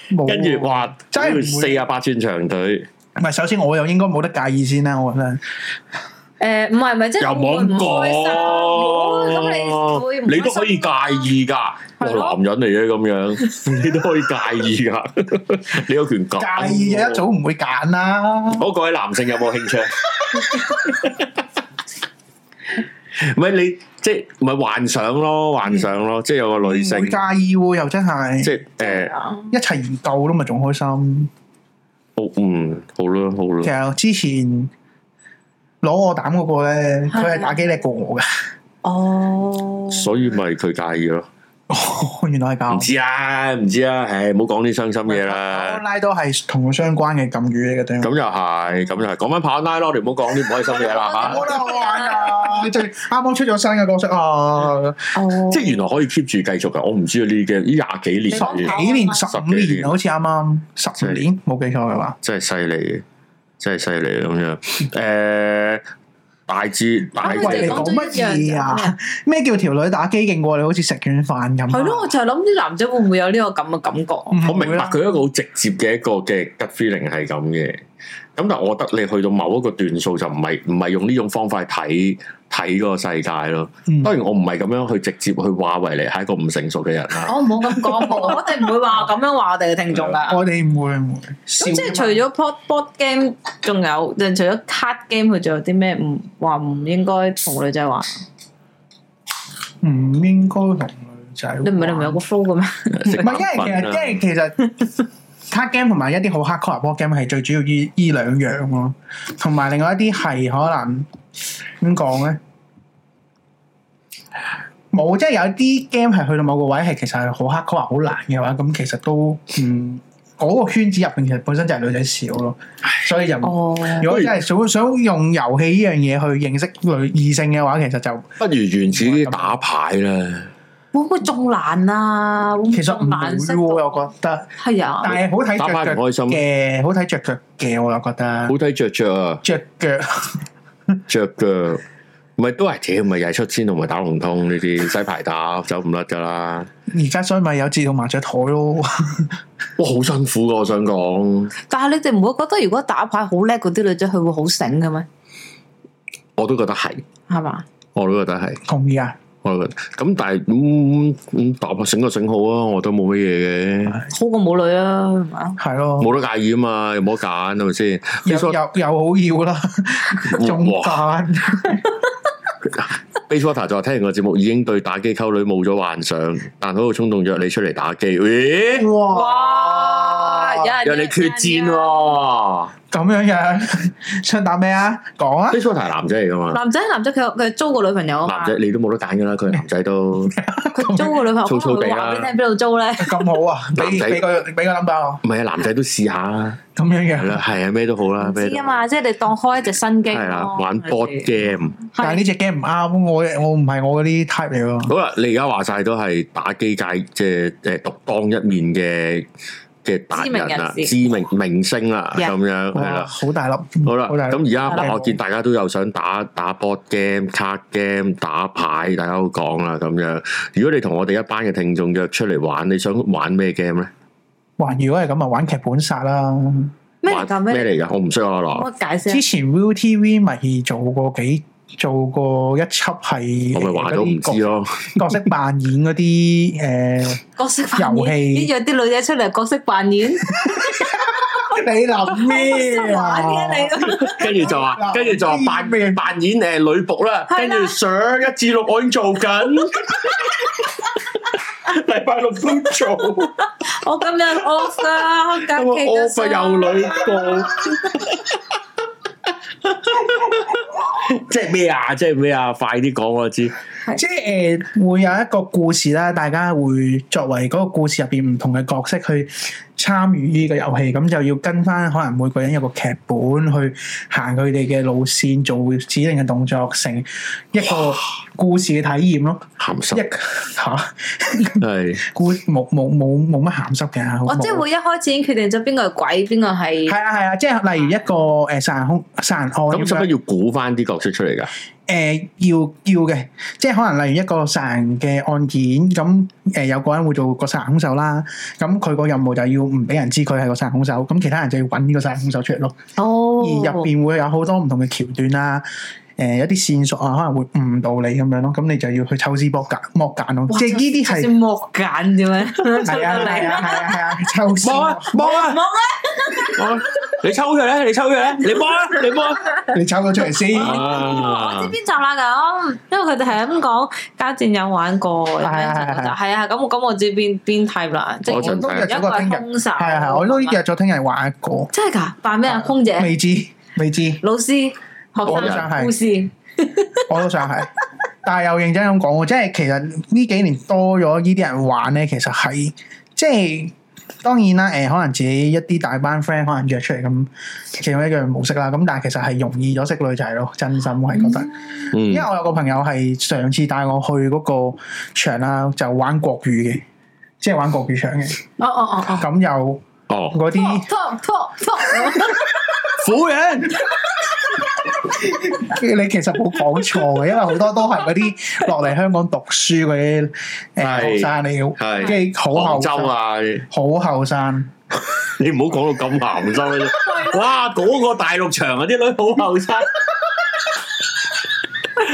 S2: 冇
S3: 跟住哇，
S2: 真係唔會
S3: 四廿八寸長腿，
S2: 唔係，首先我又應該冇得介意先啦，我覺得。
S1: 誒唔係唔係，即係
S3: 又
S1: 會唔會
S3: 冇
S1: 唔開心咁你會
S3: 講
S1: 唔，開
S3: 你都可以
S1: 心
S3: 介意㗎，
S1: 係咯
S3: 我男人嚟嘅咁樣，你都可以介意㗎， <laughs> 你有權講
S2: 介意嘅一早唔會揀啦。
S3: 好，各位男性有冇興趣？唔係你即係唔係幻想咯，幻想咯，即係有個女
S2: 嗯唔
S3: 性
S2: 會，介意喎，又真
S3: 即
S2: 係
S3: 係誒，
S1: 啊
S2: 一齊研究咯，咪仲開心。
S3: 好嗯，好啦，好
S2: 其
S3: 啦，
S2: 實之前攞我膽嗰個咧，佢係打機叻過我嘅。
S1: 哦，
S3: 所以咪佢介意咯。
S2: 哦，原來係咁。
S3: 唔知啊，唔知啊，唉，唔好講啲傷心嘢啦。
S2: online 都係同佢相關嘅禁語嚟嘅，對
S3: 咁
S2: 唔
S3: 又係，咁又係，講翻跑拉咯，你唔好講啲唔開心
S2: <laughs>
S3: 嘢啦
S2: 好
S3: 嚇。
S2: 啦，好玩啊！最啱啱出咗新嘅角色啊，
S1: 哦
S3: 即係原來可以 keep 住繼續㗎，我唔知啊呢嘅呢廿幾年
S1: 你講
S3: 嘅
S1: 跑
S2: 幾年十五
S3: 十幾
S2: 年
S3: 年
S2: 啊好似啱啱十五年，冇記錯嘅
S1: 啊
S2: 話。
S3: 真係犀利，真係犀利啊咁樣。誒，大致
S1: 咁
S3: 大致
S1: 佢哋
S2: 喂，你
S1: 講
S2: 講
S1: 咗
S2: 乜
S1: 一樣啫
S2: 嘢啊？咩叫條女打機勁過你？好似食完飯咁。啊
S1: 係咯，我就係諗啲男仔會唔會有呢個咁嘅感覺？
S2: 唔啊
S3: 我明
S2: 會
S3: 白
S2: 啦
S3: 佢一個好直接嘅一個嘅 gut feeling 係咁嘅，咁但係我覺得你去到某一個段數就唔係唔係用呢種方法去睇睇嗰個世界咯。
S2: 嗯
S3: 當然我唔係咁樣去直接去話為你係一個唔成熟嘅人啦。
S2: 哦
S1: 我唔好咁講，我哋唔會話咁樣話我哋嘅聽眾噶。
S2: 我哋唔會唔會。
S3: 啊
S1: 咁即係除咗 board board game，仲有，就除咗 card game，佢仲有啲咩唔話唔應該同女仔玩？
S2: 唔應該同女仔玩。
S1: 你唔係你唔係有個 flow 嘅咩？
S3: 食啊
S2: 唔係，因為
S3: 飯
S2: 其實
S3: 啦
S2: 因為其實卡 game 同埋一啲好 hardcore 嘅 board game 係最主要依依兩樣咯，同埋另外一啲係可能點講咧？冇，即係有啲 game 係去到某個位係其實係好 hardcore 好難嘅話，咁其實都嗯嗰、個圈子入邊其實本身就係女仔少咯，所以就唔
S1: 哦，
S2: 如果真係想想用遊戲呢樣嘢去認識女異性嘅話，其實就
S3: 不如原始啲打牌啦。
S1: 會唔會仲難啊？會唔會
S2: 其實
S1: 仲
S2: 唔會
S1: 難識
S2: 喎，我覺得。
S1: 係啊，
S2: 但係好睇
S3: 打牌唔開
S2: 着腳
S3: 心
S2: 嘅，好睇着腳嘅，我又覺
S3: 好
S2: 得
S3: 睇着着啊，
S2: 着腳
S3: 着腳，咪都係屌，咪又係出千同埋打龍通呢啲西牌打走唔甩噶啦。
S2: 而家所以咪有自動麻雀台咯， <laughs>
S3: 哇，好辛苦噶，我想講，
S1: 但係你哋唔會覺得如果打牌好叻嗰啲女仔，佢會好醒嘅咩？
S3: 我都覺得係，
S1: 係嘛？
S3: 我都覺得係，
S2: 同意啊！
S3: 我都覺得。咁但係咁咁打醒就醒好啊，我都冇乜嘢嘅，
S1: 好過冇女啊，係嘛？
S2: 係咯，
S3: 冇得介意啊嘛，又冇得揀係咪先？
S2: 有
S3: baseball
S2: 有有好要啦，仲
S3: 哇
S2: 賺
S3: baseball 就話聽完個節目已經對打機溝女冇咗幻想，但好有衝動約你出嚟打機，咦？
S1: 哇！啊有人
S3: 約啊你決戰
S1: 有人
S3: 喎
S1: 啊
S2: 咁樣樣，想打咩啊？
S3: <laughs>
S2: 講啊！
S3: ！baseball 係男仔嚟噶嘛？
S1: 男仔男仔佢有佢租個女朋友啊嘛
S3: 男仔，你都冇得揀噶啦，佢係男仔都。
S1: 佢租個女朋友，
S3: <laughs> 粗粗地啊
S1: 可能
S3: 啦
S1: 會話俾你聽邊度租咧？
S2: 咁好啊！俾
S3: 男仔
S2: 俾個俾個諗法我，
S3: 唔係啊，男仔都試下啦，
S2: 咁樣
S3: 係
S2: 樣。
S3: 啦，係啊，咩都好啦，
S1: 唔
S3: 咩
S1: 知
S3: 都
S1: 啊嘛，啊即係你當開一隻新機哦
S3: 係啦，玩 board game。
S2: 但係呢只 game 唔啱，我我唔係我嗰啲 type 嚟喎。
S3: 好啦，你而家話晒都係打機界即係誒獨當一面嘅嘅達人啦，
S1: 知
S3: 知名明星啦，
S1: Yeah
S3: 咁樣係
S2: 哇，
S3: 啦。
S2: 好大粒，
S3: 好啦，
S2: 哦好大粒
S3: 咁而
S1: 好大
S3: 家
S2: 粒
S3: 我見大家都有想打打 board game、卡 game、打牌，大家都講啦咁樣。如果你同我哋一班嘅聽眾約出嚟玩，你想玩咩 game 咧？
S2: 哇！如果係咁啊，玩劇本殺啦。
S1: 咩嚟㗎？
S3: 玩
S1: 咩
S3: 咩
S1: 嚟？
S3: 嚟㗎？我唔識啊，
S1: 我
S3: 嗱，
S1: 解釋
S2: 之
S1: 啊。
S2: 前 ViuTV 咪做過幾做過一輯係，
S3: 我咪話咗唔知咯。
S2: 角色扮演嗰啲
S1: <laughs>
S2: 誒，
S1: 角色扮演，
S2: 遊戲
S1: 啲約啲女仔出嚟角色扮演，
S2: 你諗咩
S1: 玩嘅你咁。
S3: 跟住
S2: <laughs>
S3: 就話，跟住就話扮
S2: 哎咩
S3: 扮演誒女僕啦，
S1: 係
S3: 跟
S1: 啦
S3: 住上一至六我已經做
S2: <laughs>
S3: 緊，禮拜六都做，咁
S1: 我今日 off 啦，假期
S3: 我
S1: 嘅
S2: <laughs>
S3: 咪又女僕，即係咩啊？即係咩啊？快啲講我知。
S2: 即係诶、呃會有一個故事啦，大家會作為嗰個故事入边唔同嘅角色去參與呢個遊戲，咁就要跟翻可能每個人有個劇本去行佢哋嘅路線，做指定嘅動作，成一個故事嘅體驗咯。
S3: 鹹濕
S2: 一吓、
S3: 係
S2: 故冇冇冇冇乜鹹濕嘅，
S1: 我即係
S2: 冇
S1: 會一開始已經決定咗邊個係鬼，邊個係
S2: 係啊係啊，即係例如一個诶杀人凶杀人案
S3: 咁，
S2: 咁
S3: 使
S2: 樣
S3: 唔使要估翻啲角色出嚟㗎？
S2: 誒、要要嘅，即係可能例如一個殺人嘅案件，咁誒、有個人會做個殺人兇手啦，咁佢個任務就要唔俾人知佢係個殺人兇手，咁其他人就要揾呢個殺人兇手出嚟咯。
S1: 哦
S2: 而入邊會有好多唔同嘅橋段啦，誒、有啲線索啊，可能會誤導你咁樣咯，咁你就要去抽絲剝繭剝繭咯，
S1: 哇
S2: 即係呢啲係
S1: 先剝揀啫咩？出
S2: 係啊
S1: 到
S2: 係啊
S1: 嚟
S2: 係啊係啊，抽絲
S3: 望啊
S2: 剝
S1: 冇
S3: 望啊
S1: 啊！
S3: 望啊！你抽佢咧，你抽佢咧，你幫啊，你
S2: <laughs>
S3: 幫啊！
S2: 你抽咗出嚟先。嗯
S1: 我知邊集啦咁，因為佢哋係咁講家戰有玩過，
S2: 係啊係啊係啊
S1: 係啊，咁我咁我知邊邊 type 啦，即係
S3: 我
S2: 我
S3: 就
S2: 都約
S1: 一
S2: 咗
S1: 個
S2: 個
S1: 係
S2: 聽日，
S1: 兇手，哦
S2: 係啊係啊，我都約咗聽日玩一個，
S1: 真係㗎，扮咩啊？空姐、
S2: 未知未知。
S1: 老師、
S2: 我
S1: 學
S2: 都想
S1: 生、
S2: 係
S1: 護士，
S2: 我都
S1: <laughs>
S2: 想係，但係又認真咁講喎，即係其實呢幾年多咗呢啲人玩咧，其實係即係當然啦，誒、可能自己一啲大班 friend 可能約出嚟咁，其中一樣模式啦，咁但係其實係容易咗識女仔咯，真心我係覺得，
S3: 嗯
S2: 因為我有個朋友係上次帶我去嗰個場啦，就玩國語嘅。即係玩國語場嘅，
S1: 哦哦哦哦。
S2: 咁有
S3: 哦，
S2: 嗰啲
S1: 拖拖拖，
S3: 苦人
S2: 你其實冇講錯嘅，因為好多都係嗰啲落嚟香港讀書嗰啲誒
S3: 係
S2: 學生嚟嘅，
S3: 係
S2: 跟住好
S3: 杭
S2: 後
S3: 州
S2: 生，
S3: 啊！你
S2: 好後生，
S3: 你唔好講到咁鹹濕啦！ <laughs> 哇，嗰個大陸場啊，啲女好後生。
S1: <laughs>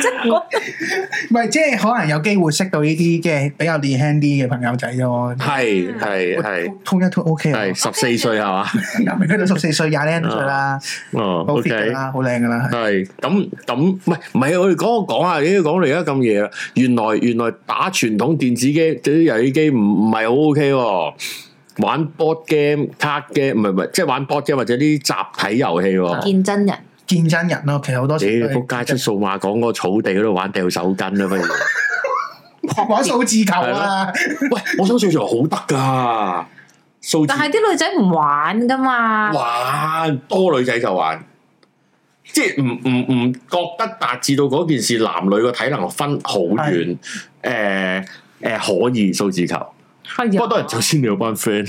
S1: 即係我
S2: 唔係即係可能有機會識到呢啲嘅比較年輕啲嘅朋友仔咯。
S3: <laughs> 係係係
S2: 通一通 OK 啊
S3: 係，十四歲係嘛？
S2: 又未去到十四歲、廿零歲啦，
S3: 哦
S2: 好 fit 噶
S3: ，OK。
S2: 啦，好靚噶啦，係
S3: 係咁咁，唔係唔係，我哋講講下，你講到而家咁夜啦，啊原來原來打傳統電子機即係啲遊戲機唔唔係好 OK 喎，玩 board game、卡 game 唔係唔係，即係玩 board game 或者啲集體遊戲
S2: 哦
S3: 喎。
S1: 見真人，
S2: 見真人咯。其實好多
S3: 屌
S2: 時都
S3: 仆
S2: 係
S3: 街出數碼港嗰個草地嗰度玩掉手巾啊啦，不如。
S2: 玩數字球啊，
S3: 喂，我想數字好得噶，數字
S1: 但係啲女仔唔玩噶嘛，
S3: 玩多女仔就玩，即係唔唔唔覺得達至到嗰件事，男女個體能分好遠。誒誒，可以數字球，
S1: 係
S3: 不
S1: 啊
S3: 過當然首先你有班 friend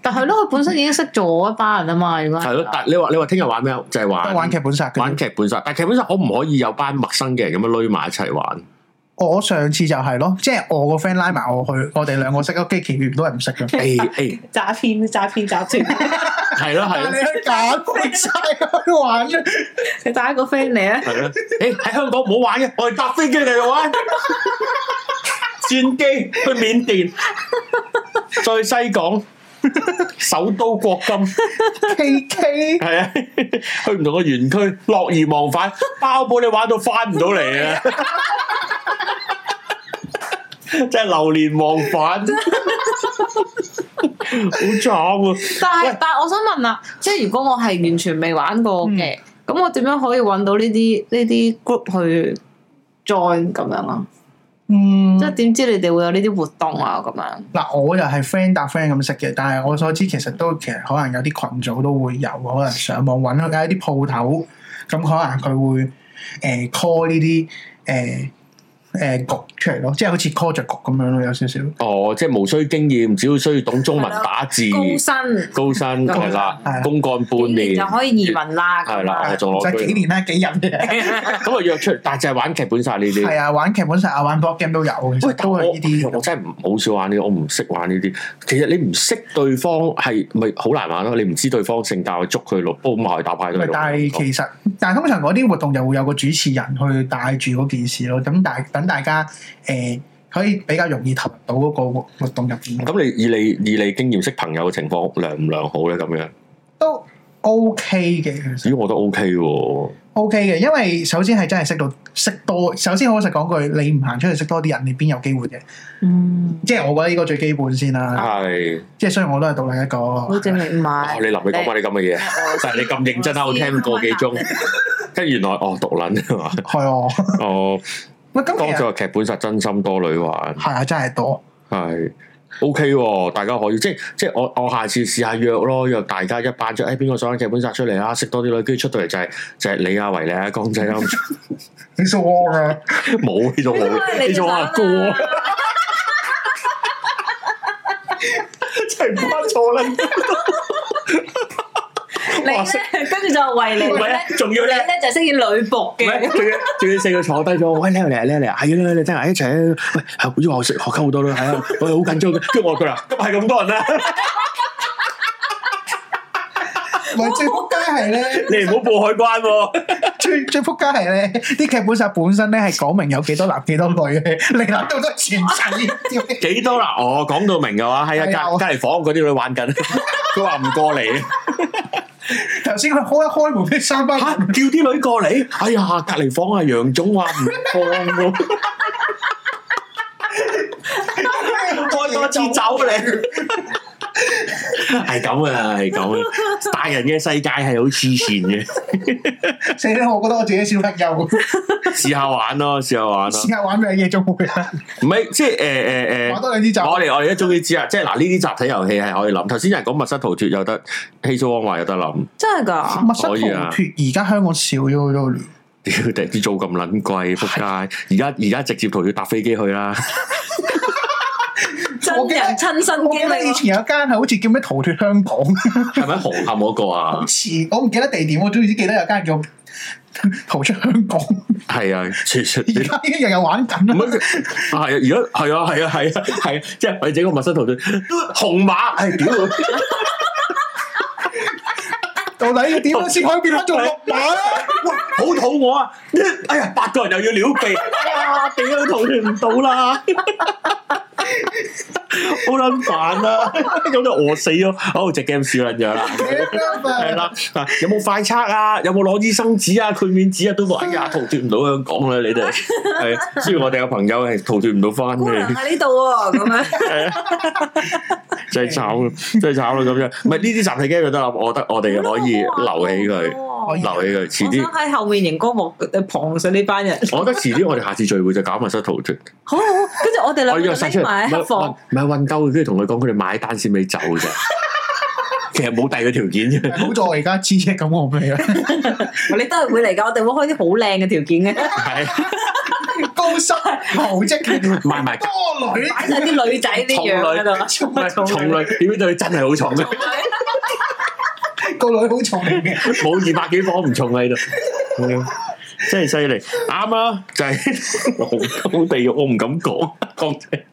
S1: 但係咯，佢本身已經識咗一班人啊嘛，如果
S3: 係咯，但你話你話聽日玩咩啊？就係
S2: 都
S3: 玩
S2: 玩劇本殺
S3: 玩
S2: 嘅。
S3: 劇本殺，但劇本殺可唔可以有班陌生嘅人咁樣攏埋一齊玩？
S2: 我上次就係咯，即係我個 friend 拉埋我去，我哋兩個識咯，跟住其餘都係唔識嘅。
S3: 誒誒，
S1: 詐騙詐騙集團，
S2: <laughs>
S3: 係
S2: 但
S3: 咯係
S2: 係啊
S3: 咯
S2: 你。去揀晒去玩啫。
S1: 你帶一個 friend 嚟啊！
S3: 系咯，诶喺香港唔好玩嘅，我哋搭飛機嚟玩，轉機去緬甸，再西港，首都國金，
S2: K K
S3: 係啊，去唔同嘅園區，樂而忘返，包保你玩到翻唔到嚟啊！真係流連忘返，好慘啊！
S1: 但係
S3: 喂
S1: 但係我想問啦，即係如果我係完全未玩過
S3: 嗯
S1: 嘅，咁、我點樣可以揾到呢啲呢啲 group 去 join 咁樣啊？
S2: 嗯
S1: 即，係點知你哋會有呢啲活動啊？咁樣
S2: 嗱，我又係 friend 搭 friend 咁識嘅，但係我所知其實都其實可能有啲群組都會有，可能上網揾佢有啲鋪頭，咁可能佢會誒、呃 call 呢啲誒誒局出嚟咯，即係好似 call 着局咁樣咯，有少少
S3: 哦，即係無需經驗，只要需要懂中文打字，
S1: 高薪
S3: 嗯高薪係啦
S2: 係啦，
S3: 公幹半
S1: 幾年
S3: 年
S1: 就可以移民啦，
S3: 係
S1: 咁
S3: 啦，
S1: 樣
S3: 仲
S2: 唔
S3: 落
S2: 使幾
S3: 居。
S2: 年啦，幾日
S3: <laughs>
S2: 嘅。
S3: 咁啊約出嚟，但係就係玩劇本殺呢啲。
S2: 係啊，玩劇本殺啊，玩 board game 都有，其
S3: 喂
S2: 實，
S3: 但
S2: 都
S3: 我
S2: 係呢啲。
S3: 我真係唔好少玩呢啲，我唔識玩呢啲。其實你唔識對方係咪好難玩咯？你唔知對方性格，捉佢落哦煲埋打牌都
S2: 咪
S3: 係。
S2: 啊但係其實，但係通常嗰啲活動就會有個主持人去帶住嗰件事咯。咁大等大家誒、可以比較容易投入到嗰個活活動入邊。
S3: 咁你以你以你經驗識朋友嘅情況，良唔良好咧？咁樣，
S2: 都 OK 嘅，其實
S3: 咦，我覺得 OK 喎。
S2: OK 嘅，因為首先係真係識到識多，首先好實講句，你唔行出去識多啲人，你邊有機會嘅？
S1: 嗯，
S2: 即係我覺得呢個最基本先啦。
S3: 啊係，
S2: 即係雖然我都係獨立一個，
S1: 好正明唔
S3: 哇
S1: 係。
S3: 你臨尾講翻啲咁嘅嘢，但係你咁認真啊，我聽個幾鐘。跟住原來哦獨撚係嘛，
S2: 係啊，
S3: 哦
S2: 喂，咁
S3: 當
S2: 其
S3: 咗
S2: 實
S3: 個劇本殺真心多女玩，
S2: 係啊，真係多，
S3: 係 OK 喎，大家可以即係即係我我下次試下約咯，約大家一班出，誒邊個想玩劇本殺出嚟啊，識多啲女，跟住出到嚟就係、就係、你啊維你啊江仔啊，
S2: 你啊數
S1: <laughs>
S2: 我嘅，
S3: 冇呢種冇呢種阿哥。真係唔關錯啦！
S1: 你咧，跟住就為你
S3: 唔係
S1: 咧
S3: 啊，，仲要
S1: 你
S3: 咧。
S1: 咧就飾演女仆
S3: 唔係
S1: 嘅。
S3: 仲要仲要四個坐低咗，喂你嚟啊你啊你啊，係啦你真係一齊啊！喂，好似我食學溝好多啦，係啊，我好緊張嘅。跟住我佢話：今日係咁多人啦，
S2: 唔係最撲街係咧。
S3: <laughs> 你唔好報海關喎。
S2: 最最撲街係咧，啲劇本殺本身咧係講明有幾多男幾多女嘅， <laughs> 你諗到都係全仔，屌你
S3: <laughs> 幾多啦？哦，講到明嘅話，係
S2: 係
S3: 啊，
S2: 啊
S3: 隔
S2: 我
S3: 隔離房嗰啲女玩 <laughs> 緊，佢話唔過嚟，
S2: <laughs> 頭先佢開一開門俾三班
S3: 嚇
S2: 人，
S3: 叫啲女過嚟。哎呀，隔離房啊，楊總話唔放 <laughs> 喎，開多支酒 <laughs> 你。係咁啊，係咁啊，大人嘅世界係好黐線嘅。
S2: 死啦！我覺得我自己小朋友，
S3: 試下玩咯，試下玩咯
S2: 試。下玩咩嘢仲會啦，
S3: 唔係即係誒誒
S2: 玩多兩支酒
S3: 誒，，我哋我哋一終於知啊啦，即係嗱呢啲集體遊戲係可以諗。頭先有人講密室逃脱又得，希蘇汪話有得諗。
S1: <laughs>
S3: <laughs>
S1: 真係㗎，
S2: 密室逃
S3: 可以啊
S2: 脱而家香港少咗好多年，
S3: 屌，啲租咁撚貴，仆街！而家而家直接逃脱搭飛機去啦，
S1: 真
S2: 我記得
S1: 人親身
S2: 我記
S1: 經
S2: 得以
S1: 歷。
S2: 前有間係好似叫咩逃脱香港，
S3: 係咪紅磡嗰個
S2: 好
S3: 啊？
S2: 似我唔記得地點，我總之記得有間叫逃出香港，
S3: 係啊，絕絕
S2: 而家已經日日玩緊
S3: 唔
S2: 啦。
S3: 係係啊！而家係啊係啊係啊係啊！即係我哋整個密室逃脱， <laughs> 紅馬係屌，
S2: 到底點樣先可以變翻做綠
S3: <laughs>
S2: 馬咧？
S3: 喂，哎好肚餓啊！哎呀，八個人又要撩鼻，啊，屌逃脱唔到啦，好撚煩啊！咁就餓死咗，好只 game 輸撚咗啦。系啦，啊有冇快測啊？有冇攞醫生紙啊、豁免紙啊？都話哎呀，逃脱唔到香港啦，你哋係，雖然我哋嘅朋友係逃脱唔到翻
S1: 姑娘
S3: 嘅，
S1: 喺呢度喎，咁樣
S3: 真係慘啦，真係慘啦咁樣。唔係呢啲集體 game 就得啦，我覺得我
S1: 啊
S3: 哋可以留起
S1: 佢
S2: 哦可以啊
S3: 佢，留起佢。遲
S1: 啊我想
S3: 啲，
S1: 喺後面熒光幕呃旁上呢班人，
S3: <laughs> 我覺得遲啲我哋下次聚會就搞密室逃脱，
S1: 好好，跟住我哋
S3: 我
S1: 兩
S3: 約
S1: 個
S3: 晒出
S1: 匿埋
S3: 嚟，唔
S1: 喺黑
S3: 係
S1: 房
S3: 唔。係運鳩，跟住同佢講佢哋買單先俾走 <laughs> 啫。其實冇第二個條件 <laughs> 嘅，
S2: 好在我而家知啫，咁我啊未啦。
S1: 你都係會嚟㗎，我哋會開啲好靚嘅條
S3: <laughs>
S1: 件嘅，
S3: 係
S2: 高薪求職
S3: 賣 <laughs> 埋
S2: 多女，
S1: 擺晒啲女仔啲樣喺度。
S3: <laughs> 重女，重女，點知對佢真係好重啊嘅。
S2: 個女好重嘅，
S3: 冇二百幾磅唔重啊喺度，真係犀利，啱啊！就 <laughs> 係、好地獄，我唔敢講， <laughs> 講真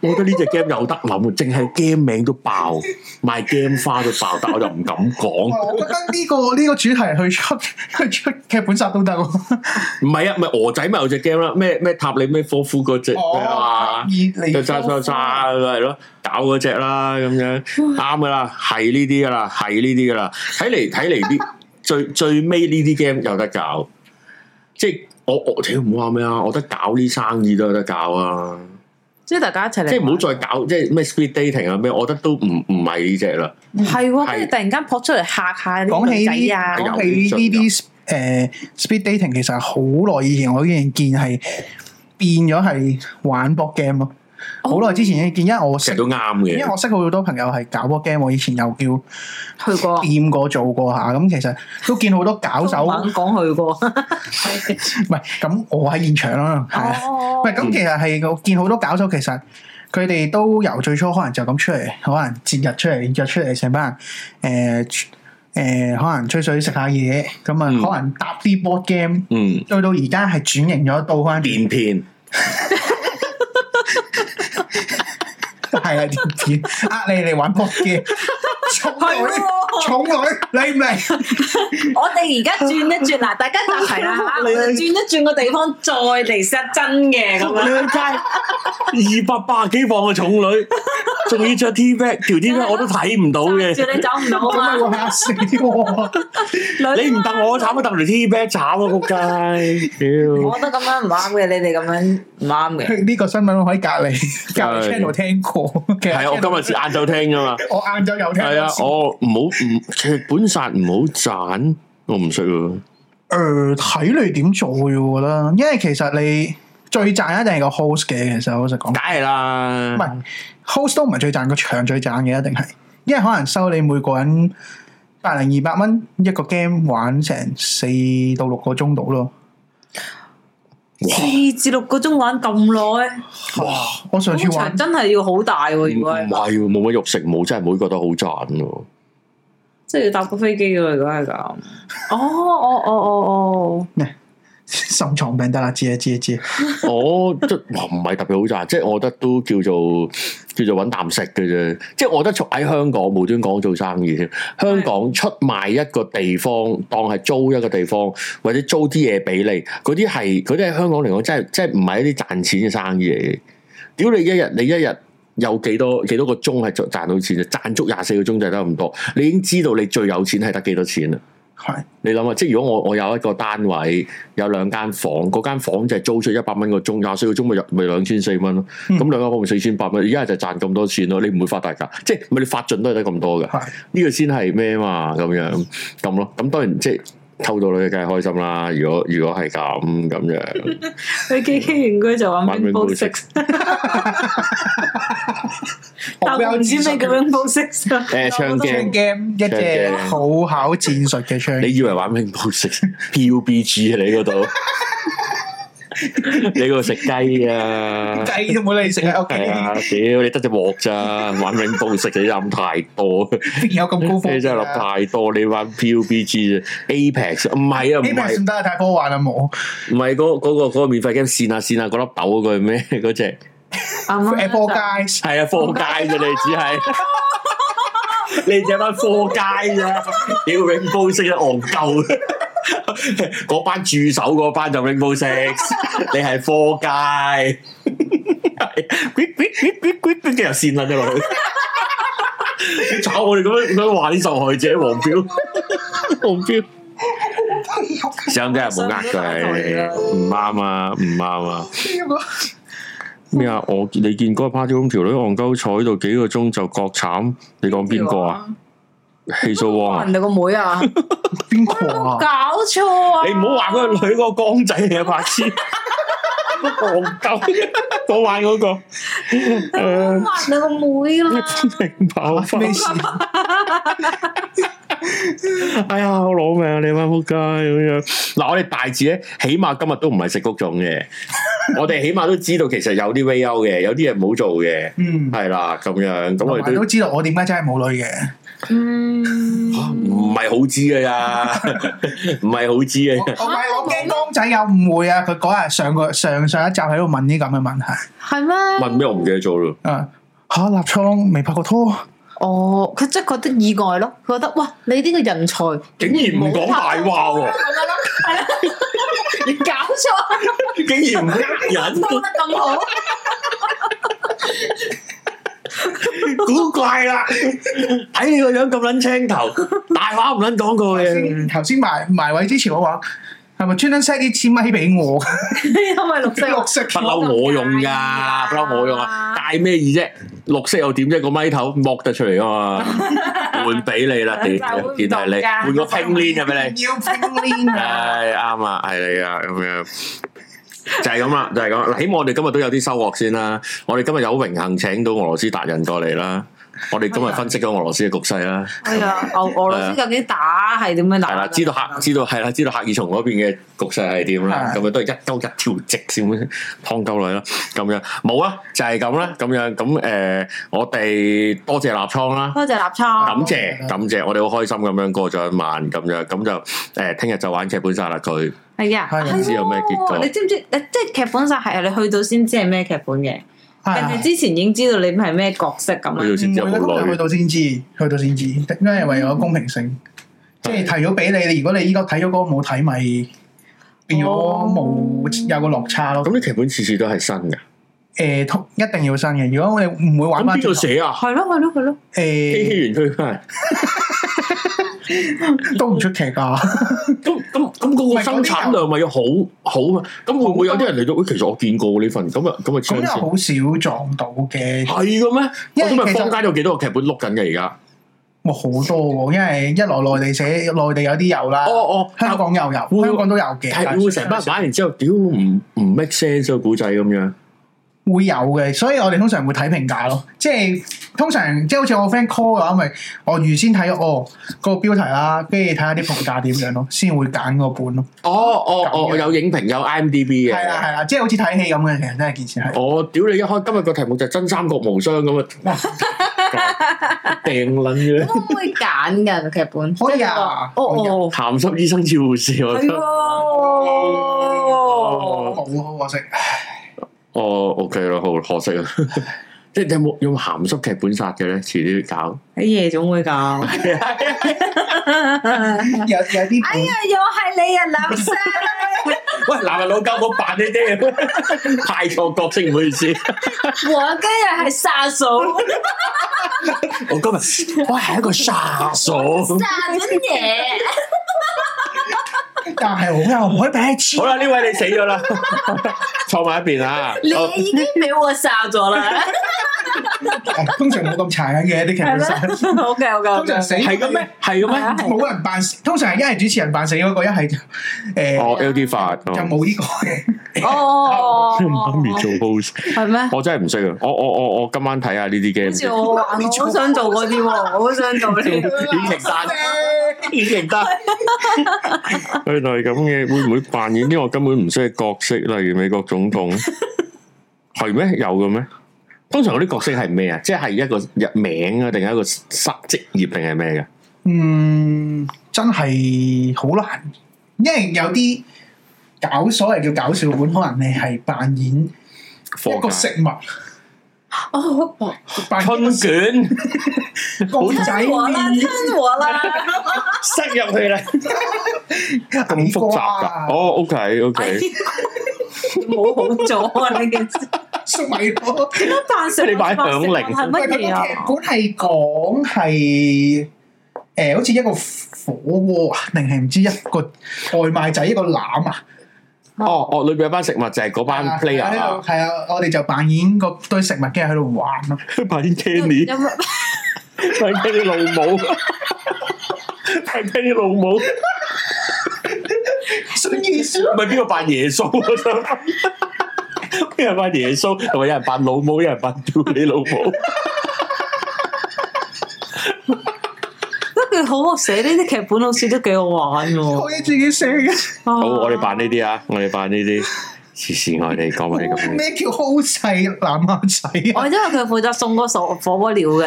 S3: 我覺得呢只 game 有得諗，啊淨係 game 名都爆，賣 game 花都爆，但我就唔敢講。
S2: <laughs> 我覺得呢個呢個主題去出去出劇本殺都得喎。
S3: 唔係啊，唔係鵝仔咪有隻 game 啦，咩咩塔里咩科夫嗰只啊
S2: 哦，以嚟
S3: 就揸揸揸係咯，搞嗰只啦咁樣，啱噶啦，係呢啲噶啦，係呢啲噶啦，睇嚟睇嚟啲 <laughs> 最最尾呢啲 game 有得搞，即係我我屌唔好話咩啊，我覺得搞呢生意都有得搞啊，
S1: <laughs> 即係大家一齊嚟，
S3: 即係唔好再搞即係咩 speed dating 啊咩，我覺得都唔唔係呢只啦，
S1: 係喎，
S3: 係
S1: 跟住突然間撲出嚟嚇下啲
S2: 講起
S1: 女
S2: 呢
S1: 仔啊！
S3: 係
S2: 講起呢啲誒 speed dating，其實好耐以前我已經見係變咗係玩 b o game 咯。
S1: 哦
S2: 好耐之前已經見，因為我
S3: 其
S2: 識
S3: 實，都啱
S2: 因為
S3: 嘅，
S2: 我識好多朋友係搞 b o game，我以前又叫。
S1: 去過，
S2: 掂過做過下，咁其實都見好多搞手，唔
S1: 猛講去過。
S2: 係咁我喺現場啦，係啊，
S1: <laughs> 哦
S2: 唔係咁其實係我見好多搞手，其實佢哋都由最初可能就咁出嚟，可能節日出嚟約出嚟成班人，誒、誒、可能吹水食下嘢，咁啊、
S3: 嗯
S2: 可能搭啲 board game，
S3: 嗯，
S2: 到到而家係轉型咗到翻
S3: 電片
S2: 係啊電片，呃你嚟玩 board
S3: <laughs>
S2: game，重
S1: 係
S2: 女
S1: 喎
S2: 重女，你唔嚟？
S1: 我哋而家轉一轉嗱，大家集齊
S2: <laughs>
S1: 啦嚇，我哋轉一轉個地方，再嚟 set 真嘅咁樣。
S3: 兩街 <laughs> 二百八十幾磅嘅重女，仲要着 T back 條 T back 我都睇唔到嘅。
S1: 住你走唔到
S2: 咁
S1: 啊
S2: 咪
S1: 嘛，
S2: 會嚇死我！
S3: 你唔揼我慘啊，揼條 T back 慘啊，仆街！屌，
S1: 我覺得咁樣唔啱嘅，你哋咁樣唔啱嘅。
S2: 呢個新聞我喺隔離隔離 channel 聽過，其
S3: 係啊，我今日
S2: 日
S3: 先晏 <laughs> 晝聽啫嘛。啊
S2: 我晏晝有聽過
S3: 係啊，我唔好唔劇本殺唔好賺，我唔識喎。
S2: 诶，呃睇、你點做嘅，我覺得，因為其實你最賺一定係個 host 嘅，其實老實講
S3: 梗，係啦
S2: 唔，係 host 都唔係最賺，個場最賺嘅一定係，因為可能收你每個人百零二百蚊一個 game 玩成四到六個鐘度咯。
S1: 四至六個鐘玩咁耐，
S2: 哇！我上次
S1: 嗰
S2: 玩
S1: 場真係要好大
S3: 唔
S1: 喎，如果
S3: 係
S1: 係
S3: 喎冇乜肉食，冇真係唔會覺得好賺喎。
S1: 即係要搭個飛機嘅喎，如果係咁。哦哦哦哦
S2: 心藏病得啦，知啊知啊知啊，
S3: 我哦即哇唔係特別好賺，即係我覺得都叫做叫做揾啖食嘅啫。即係我覺得從喺香港無端講做生意添，香港出賣一個地方當係租一個地方，或者租啲嘢俾你，嗰啲係嗰啲喺香港嚟講真係真係唔係一啲賺錢嘅生意嚟嘅。屌你一日你一日。有幾多幾多個鐘係賺賺到錢啫？賺足廿四個鐘就係得咁多，你已經知道你最有錢係得幾多錢啦。
S2: 係
S3: 你諗下，即係如果我我有一個單位，有兩間房，嗰間房就係租出一百蚊個鐘，廿四個鐘咪入咪兩千四蚊咯。
S2: 嗯
S3: 咁兩間房咪四千八蚊，而家就賺咁多錢咯。你唔會發大價，即係咪你發盡都係得咁多嘅？
S2: 係
S3: 呢個先係咩嘛？咁樣咁咯。咁當然即係偷到女嘅梗係開心啦。如果如果係咁咁樣，
S1: 哦，佢機機完佢就玩
S3: 玩
S1: Rainbow
S3: Rainbow
S1: Six，但我唔知咩叫 Rainbow Six 啊。
S3: 誒
S2: 唱
S3: 唱嘅
S2: game 一隻好考戰術嘅槍，
S3: 你以為玩乒乓食 PUBG 啊？你嗰度你嗰度食
S2: <laughs>
S3: 雞啊？
S2: 雞都冇你食喺屋
S3: 系啊，
S2: 企，
S3: 屌你得隻鑊咋，玩永報食你飲太多，
S2: 邊有咁高科
S3: 你
S2: 技
S3: 真係諗
S2: 啊？
S3: 太多，你玩 PUBG 啫，Apex 唔係啊，唔
S2: 呢邊
S3: 係
S2: 算得啊太科幻啦冇
S3: 唔係嗰嗰個嗰個免費 game 線下線下嗰粒豆嗰個係咩嗰隻
S2: 嗯
S1: 啱啊
S2: ，Apple Guys <laughs>
S3: 係 <laughs> 啊，科街啫，你只係。你只班科街咋？屌永報識得戇鳩，嗰班駐守嗰班就永報識，你係科街，係咕咕咕咕咕又線撚咗落去，炒我哋咁樣咁樣話啲受害者黃標，黃 <laughs> 標。想真係冇呃佢，唔啱啊，唔啱啊！
S2: 呢個
S3: 咩啊？我你見嗰個 party room 條女戇鳩坐喺度幾個鐘就國慘，你講邊個啊？？氣數
S1: <laughs>
S3: 王啊！
S1: 人哋個妹啊！
S2: 邊
S1: 有
S2: 個
S1: 冇
S2: 啊？
S1: 搞錯啊！
S3: 你唔好話嗰個女嗰個光仔嚟啊，白痴！戇鳩，我玩嗰個
S1: 你唔好話你個妹啦，
S3: 明
S2: 嗯
S3: 爆花
S2: 啊咩事
S3: <laughs> 哎呀，我攞命啊！你班仆街咁樣。嗱，我哋大致咧，起碼今日都唔係食谷種嘅，我哋起碼都知道其實有啲 way out 嘅，有啲嘢唔好做嘅，
S2: 嗯，
S3: 係啦咁樣。咁
S2: 同
S3: 我哋
S2: 埋
S3: 都
S2: 都知道我點解真係冇女嘅，
S1: 嗯，
S3: 啊唔係好知嘅咋， <laughs> 唔係好知
S2: 我
S3: 嘅。
S2: 我咪我驚公仔有誤會啊！佢嗰日上個上上一集喺度問呢咁嘅問題，
S1: 係咩？
S3: 問咩我唔記得咗咯。
S2: 啊嚇立倉未拍過拖，
S1: 哦，佢即係覺得意外咯，佢覺得哇，你呢個人才
S3: 竟然唔講大話喎
S1: 咁樣咯，
S3: <laughs>
S1: 係啦，你搞錯，
S3: 竟然唔呃人， <laughs>
S1: 收得咁好， <laughs>
S3: 古怪啦！睇你個樣咁撚青頭，大話唔撚
S2: 嗯
S3: 講過嘅。
S2: 頭先埋埋位之前我話係咪專登 set 啲支咪俾我？
S1: 因為綠色
S2: 綠色
S3: 不嬲我用㗎，不嬲我用啊！戴咩意啫？綠色又點啫？個咪頭剝得出嚟啊嘛，換俾你啦，屌！見係你換個拼鏈嘅俾你，
S2: 要拼鏈 <laughs> 啊！
S3: 唉啱啊，係你啊，咁樣就係咁啦，就係咁啦。嗱，希望我哋今日都有啲收穫先啦。我哋今日有榮幸請到俄羅斯達人過嚟啦。我哋今日分析咗俄羅斯嘅局勢啦。
S1: 哎
S3: <laughs>
S1: 呀，俄俄羅斯究竟打係點樣打㗎？
S3: 係啦，知道客知道係啦，知道赫爾松嗰邊嘅局勢係點啦，
S2: 係
S3: 咁樣都係一鳩一條直先咁樣劏鳩女啦，咁樣冇啦，就係咁啦，咁樣咁誒，我哋多謝立倉啦。
S1: 多謝立倉。
S3: 感謝感謝，我哋好開心咁樣過咗一晚咁樣，咁就誒聽日就玩劇本殺啦佢，
S1: 係啊，
S2: 係啊
S1: 係
S3: 唔知有咩結果
S1: 喎你知唔知？你即係劇本殺係你去到先知係咩劇本嘅，
S2: 係
S1: 人
S2: 啊
S1: 哋之前已經知道你係咩角色咁
S3: 去
S1: 樣。
S3: 到先知有
S2: 唔會
S3: 冇
S2: 啦去
S3: 女，
S2: 到先知，去到先知，因為為咗公平性，即係提咗俾你。你如果你依個睇咗嗰個冇睇，咪變咗冇有個落差咯。
S3: 咁啲劇本次次都係新嘅，
S2: 誒，通一定要新嘅。如果我哋唔會
S3: 咁
S2: 玩翻
S3: 邊個寫啊？
S1: 係咯係咯係
S3: <laughs>
S1: 咯，
S3: 機器
S2: 誒，
S3: 園區翻， <laughs>
S2: 都唔出奇㗎。
S3: 咁咁咁嗰個生產量咪要好好啊？咁會唔會有啲人嚟到？喂，其實我見過呢份，咁啊咁啊，
S2: 咁又好少撞到嘅，
S3: 係嘅咩？
S2: 因為
S3: 我今日
S2: 其實
S3: 坊間有幾多個劇本碌緊嘅而家？
S2: 我好多喎，因為一來內地寫，內地有啲有啦，
S3: 哦哦，
S2: 香港又有，
S3: 會
S2: 香港都有嘅，
S3: 係
S2: 但
S3: 會成班玩完之後，屌唔唔 make sense 啊個古仔咁樣。
S2: 會有嘅，所以我哋通常會睇評價咯。即係通常即係好似我 friend call 嘅話，咪我預先睇哦個標題啦，跟住睇下啲評價點樣咯，先會揀個本咯。
S3: 哦哦
S2: 咁
S3: 哦，
S2: 樣
S3: 有影評有 IMDB
S2: 係啦
S3: 嘅。
S2: 係啦，即係好似睇戲咁嘅，其實真係件事係。
S3: 我啊哦屌你一開今日個題目就係真三國無雙 <laughs> 咁啊，掟撚嘅 <laughs>
S4: 咁可唔可以揀㗎劇本？
S3: 哎
S2: 可
S4: 即
S2: 以啊
S4: 係話哦
S2: 可以啊
S4: 哦，
S3: 鹹濕醫生照護士，我覺
S1: 係
S3: 得
S1: 喎。
S3: <laughs>
S2: 冇可惜，哎
S3: 哦 OK 啦，好可惜啊。 <laughs> 即係有冇有冇鹹濕劇本殺嘅咧？遲啲搞。
S1: 喺夜總會搞。
S2: 有有啲
S4: 哎呀，又係你啊，林
S1: <laughs>
S4: 生！
S3: <laughs> 喂，男人老狗冇扮呢啲嘢， <laughs> 派錯角色唔好意思。
S4: 我今日係殺手，
S3: <laughs> 我今日我係一個殺手。
S4: 殺緊嘢。
S2: 本，但係哎我又唔可以俾人黐
S3: <laughs> 好啦，呢位你死咗啦，坐埋一邊啊。好
S4: 你已經俾我殺咗啦，
S2: 通常冇咁殘忍嘅啲劇本殺，
S1: O K O K，
S2: 通常死
S3: 係咁咩？？係咁咩？
S2: 冇人扮死，通常係一係主持人扮死嗰個，一係就誒
S3: 哦，LD 發
S2: 就
S3: 哦
S2: 冇呢個
S4: <laughs>
S2: 嘅。
S1: 哦，
S3: 做 host，
S1: 係咩？
S3: 我真係唔識啊！我我我我今晚睇下呢啲
S1: 好
S3: game
S1: 似
S3: 先。
S1: 我玩，我好想做嗰啲喎，我好想做呢啲。
S3: 演情單，演情 <laughs> 單，原來係咁嘅，會唔會扮演啲我根本唔識嘅角色？例如美國總統，係咩？有嘅咩？通常嗰啲角色係咩啊？即係一個日名啊，定係一個失職業，定係咩嘅？
S2: 嗯，真係好難，因為有啲搞所謂叫搞笑本，可能你係扮演一個食物，
S4: 哦，
S2: 扮演一個
S3: 春卷
S2: 公仔
S4: 吞我啦，
S2: 麵、
S4: 吞我啦！
S3: 塞入
S2: <laughs>
S3: 去啦，咁
S2: 矮
S3: 複雜
S2: 瓜 <laughs>
S3: 噶？哦，OK OK，
S1: 冇好做啊！呢件事，
S2: 粟米咯。
S3: 哦
S1: 但
S3: 係
S1: 係
S3: 你擺響鈴
S1: 係乜嘢
S2: 喂
S3: 哦
S1: 啊？
S2: 咁個劇本係講係呃誒，好似一個火鍋啊，定係唔知一個外賣仔一個籃啊？
S3: 哦哦，裏邊有班食物就係嗰班
S2: 啊
S3: player
S2: 喺度
S3: 啊，
S2: 係啊，我哋就扮演個堆食物，跟住喺度玩咯。
S3: <laughs> 扮演
S1: 有乜
S3: 扮演你老
S2: <laughs>
S3: 母，扮演你老母。
S2: 信耶穌
S3: 唔係邊個扮耶穌啊？邊人扮耶穌，同埋有人扮老母，有人扮屌你老母。
S1: 都幾好啊！寫呢啲劇本好似都幾好玩
S2: 我
S1: 喎。
S2: 嘢自己寫嘅，
S1: 好
S3: 好，我哋扮呢啲啊，我哋扮呢啲。黐線，我哋講埋啲咁嘅。
S2: 咩叫好細男亞仔啊？
S1: 我因為佢負責送嗰個火鍋料嘅，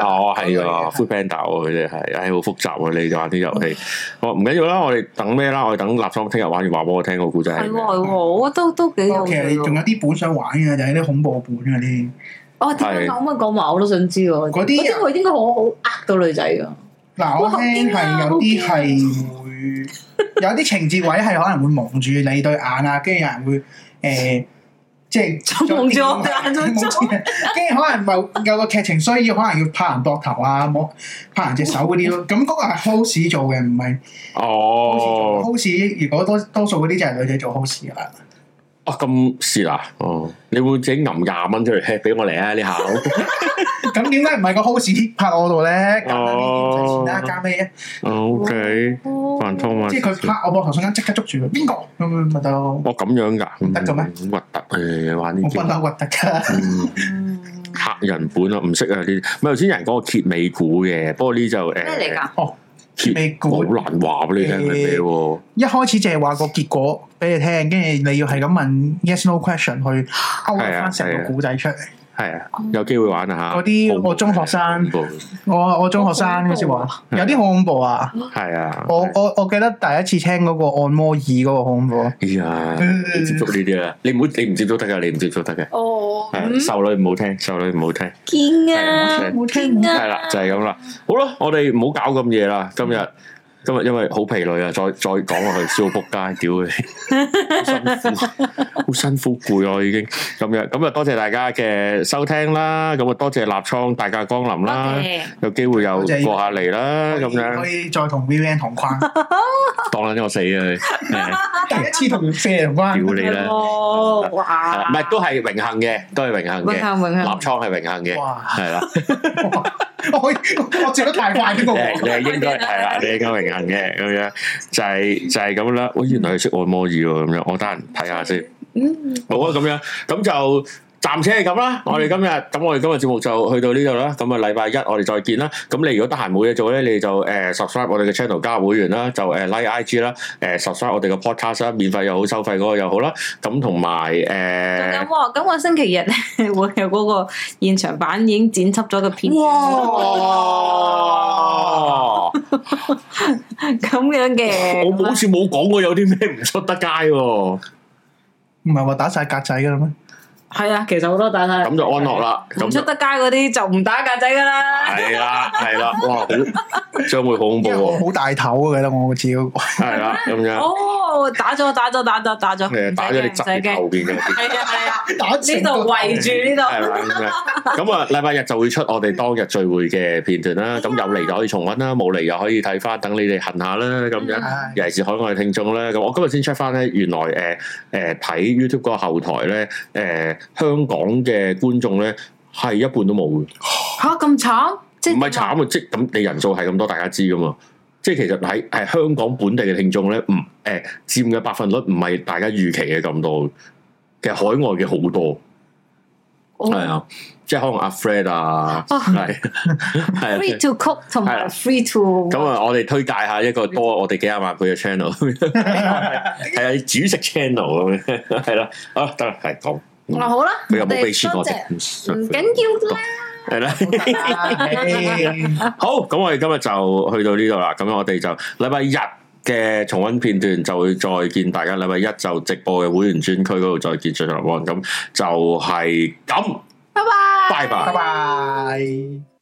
S3: 哦，係啊 f o o d Panda 喎，佢哋係，唉，好複雜啊！你玩啲遊戲，好唔緊要啦，我哋等咩啦？我哋等立倉聽日玩完話俾我聽個故仔
S1: 係喎
S3: 係咩。
S1: 係喎，我都都幾有
S2: 哦我其
S1: 趣
S2: 實仲
S1: 喎。
S2: 有啲本想玩嘅，就係啲恐怖本嗰啲。
S1: 어,
S4: 哦，點解講乜講埋我都想知喎？
S2: 嗰啲
S4: 嗰啲應該好好
S1: 어,
S4: 呃到女仔㗎。
S2: 嗱，
S4: 哇
S2: 我
S4: 好
S2: 聽
S4: 驚啊
S2: 係有啲係會有啲情節位係可能會蒙住你對眼啊，跟住有人會誒、呃即係
S1: 蒙住我對
S2: <laughs>
S1: 眼
S2: 蒙住你跟住可能某有個劇情需要，可能要拍人膊頭啊，摸拍人隻手嗰
S4: <laughs>
S2: 啲咯。咁嗰個係 host 做嘅，唔係 host
S3: 哦，
S2: 做 host。如果多多數嗰啲就係女仔做 host 噶啦。
S3: 啊咁是啊，哦，你會自己揞廿蚊出嚟嘿俾我嚟啊？呢 <laughs> 下
S2: 咁點解唔係個 host 拍我度咧？簡單啲唔使錢啦，
S3: 哦
S2: 加咩啫？
S3: ，OK，飯湯啊，
S2: 即係佢拍我膊頭瞬間即刻捉住佢，邊個咁樣咪得咯？
S3: 哦咁樣噶，
S2: 得嘅
S3: 咩？好核突誒，玩呢
S2: 我
S3: 啲
S2: 覺得核突啊㗎。
S3: 嗯
S1: 네,
S3: 客人本啊，唔識啊呢啲。咪頭先有人講個揭尾股嘅，不過呢就誒
S4: 咩嚟㗎？
S2: 哦揭尾
S3: 好
S2: 股
S3: 難話俾你聽係咩喎。
S2: 一開始就係話個結果俾你聽，跟住你要係咁問 yes no question 去勾勒翻成個古仔出嚟。
S3: 啊係啊，有機會玩啊嚇。
S2: 嗰啲我中學生
S3: 恐怖
S2: 我我中學生嗰時話有啲好恐怖啊！
S3: 係啊，
S2: 我我我記得第一次聽嗰個按摩椅嗰個恐怖，
S3: 哎呀，
S2: 嗯
S3: 你接觸呢啲啊，你唔好你唔接觸得㗎，你唔接觸得嘅。
S1: 어.
S4: 哦，
S3: 係
S1: 음,
S3: 啊瘦女唔好聽，瘦女唔好聽。
S4: 堅
S3: 啊
S4: 啊，
S1: 뭐,
S2: 冇聽
S4: 啊
S3: 係啦，就係咁啦。好啦，我哋唔好搞咁夜啦。今日今日因為好疲累啊，再再講落去，笑到仆街，屌你，好辛苦，好辛苦，攰啊，我已經咁樣。咁啊，多謝大家嘅收聽啦。咁啊，多謝立倉大駕光臨
S1: 아,
S3: 啦。
S1: 네.
S3: 有機會又過
S2: 多謝
S3: 下嚟啦，啊咁
S2: 可
S3: 樣
S2: 以再同 Vivian 同
S3: <laughs>
S2: 框，
S3: 當撚咗我死啊！
S2: 第一次同 Vivian 同
S3: 屌
S2: 框，
S3: 你
S1: <laughs> 係
S3: 啦，
S1: 喎，
S3: 係
S1: 哇！
S3: 啦唔係都係榮幸嘅，都係榮幸
S1: 永
S3: 嘅。
S1: 幸永
S3: 立
S1: 幸，
S3: 倉係榮幸嘅，
S2: 哇！
S3: 係啦。
S2: <laughs> 我我接得太快呢個
S1: 哦
S3: 你 <laughs>
S2: 我
S3: 係
S1: <laughs>
S3: 你係應該係
S1: 啊
S3: 啦，你應該明眼嘅咁樣，就係、就係咁啦。喂，原來佢識按摩椅喎，咁樣我得閒睇下先。
S1: 嗯，
S3: 好啊，咁樣咁就暫且係咁啦。我哋今日咁，我哋今日節目就去到呢度啦。咁啊，禮拜一我哋再見啦。咁你如果得閒冇嘢做咧，你就誒、呃 subscribe 我哋嘅 channel 加入會員啦，就誒、呃 like IG 啦，誒、subscribe 我哋嘅 podcast 啦，免費又好，收費嗰個又好啦。咁同埋呃
S1: 仲有
S3: 誒，
S1: 喎，今個星期 <laughs> 日咧會有嗰個現場版已經剪輯咗嘅
S3: 뭐.
S1: <laughs> 片 <laughs>
S3: 哇！
S1: 咁樣嘅，
S3: 我冇好似冇講過有啲咩唔出得街喎，
S2: 唔係話打晒格仔噶啦咩？
S1: 係啊，其實好多蛋啊，
S3: 咁就安樂啦。
S1: 唔
S3: 咁
S1: 出
S3: 就
S1: 得街嗰啲就唔打格仔噶啦，
S3: 係啦，係啦，哇！好將會好恐
S2: <laughs>
S3: 怖
S2: 因為我
S3: 喎，
S2: 好大頭嘅啦，我自己嗰個
S3: 係啦，咁樣
S1: 哦，打咗打咗打咗打咗，
S3: 誒打咗你
S1: 唔使
S3: 側
S1: 驚
S3: 邊後邊嘅。
S1: 係啊係 <laughs> 啊，
S2: <laughs> 打
S1: 呢度圍住呢度。
S3: 係啦，咁樣咁啊，禮拜日就會出我哋當日聚會嘅片段啦。咁有嚟就可以重温啦，冇嚟又可以睇翻，等你哋恨下啦。咁樣，
S2: 係啊
S3: 尤其是海外聽眾咧。咁我今日先 check 翻咧，原來誒誒睇 YouTube 個後台咧，誒、香港嘅觀眾咧係一半都冇嘅，
S1: 吓咁慘，即係
S3: 唔係慘啊！即係咁，你人數係咁多，大家知噶嘛。即係其實喺係香港本地嘅聽眾咧，唔誒佔嘅百分率唔係大家預期嘅咁多，其實海外嘅好多。
S1: 哦
S3: 係啊，即係可能阿 Fred 啊，
S1: 哦
S3: 係係
S1: ，free
S3: 啊
S1: to cook 同
S3: 係啦
S1: 埋 free to
S3: 咁啊，我哋推介下一個多我哋幾廿萬倍
S1: <laughs>
S3: 嘅 channel，係啊，煮食 channel 咁樣，係啦，啊得啦，係講，嗯
S1: 啊好啦，
S3: 佢又冇俾錢我
S1: 多
S3: 哋
S1: 謝，
S3: 嗯
S1: 唔緊
S3: <laughs>
S1: 要啦，
S3: 係啦。
S2: 唉
S3: 好，咁我哋今日就去到呢度啦。咁我哋就禮拜日嘅重温片段就會再見大家。禮拜一就直播嘅會員專區嗰度再見最上岸。咁就係咁，
S1: 拜拜。
S3: 拜拜
S2: 拜。拜。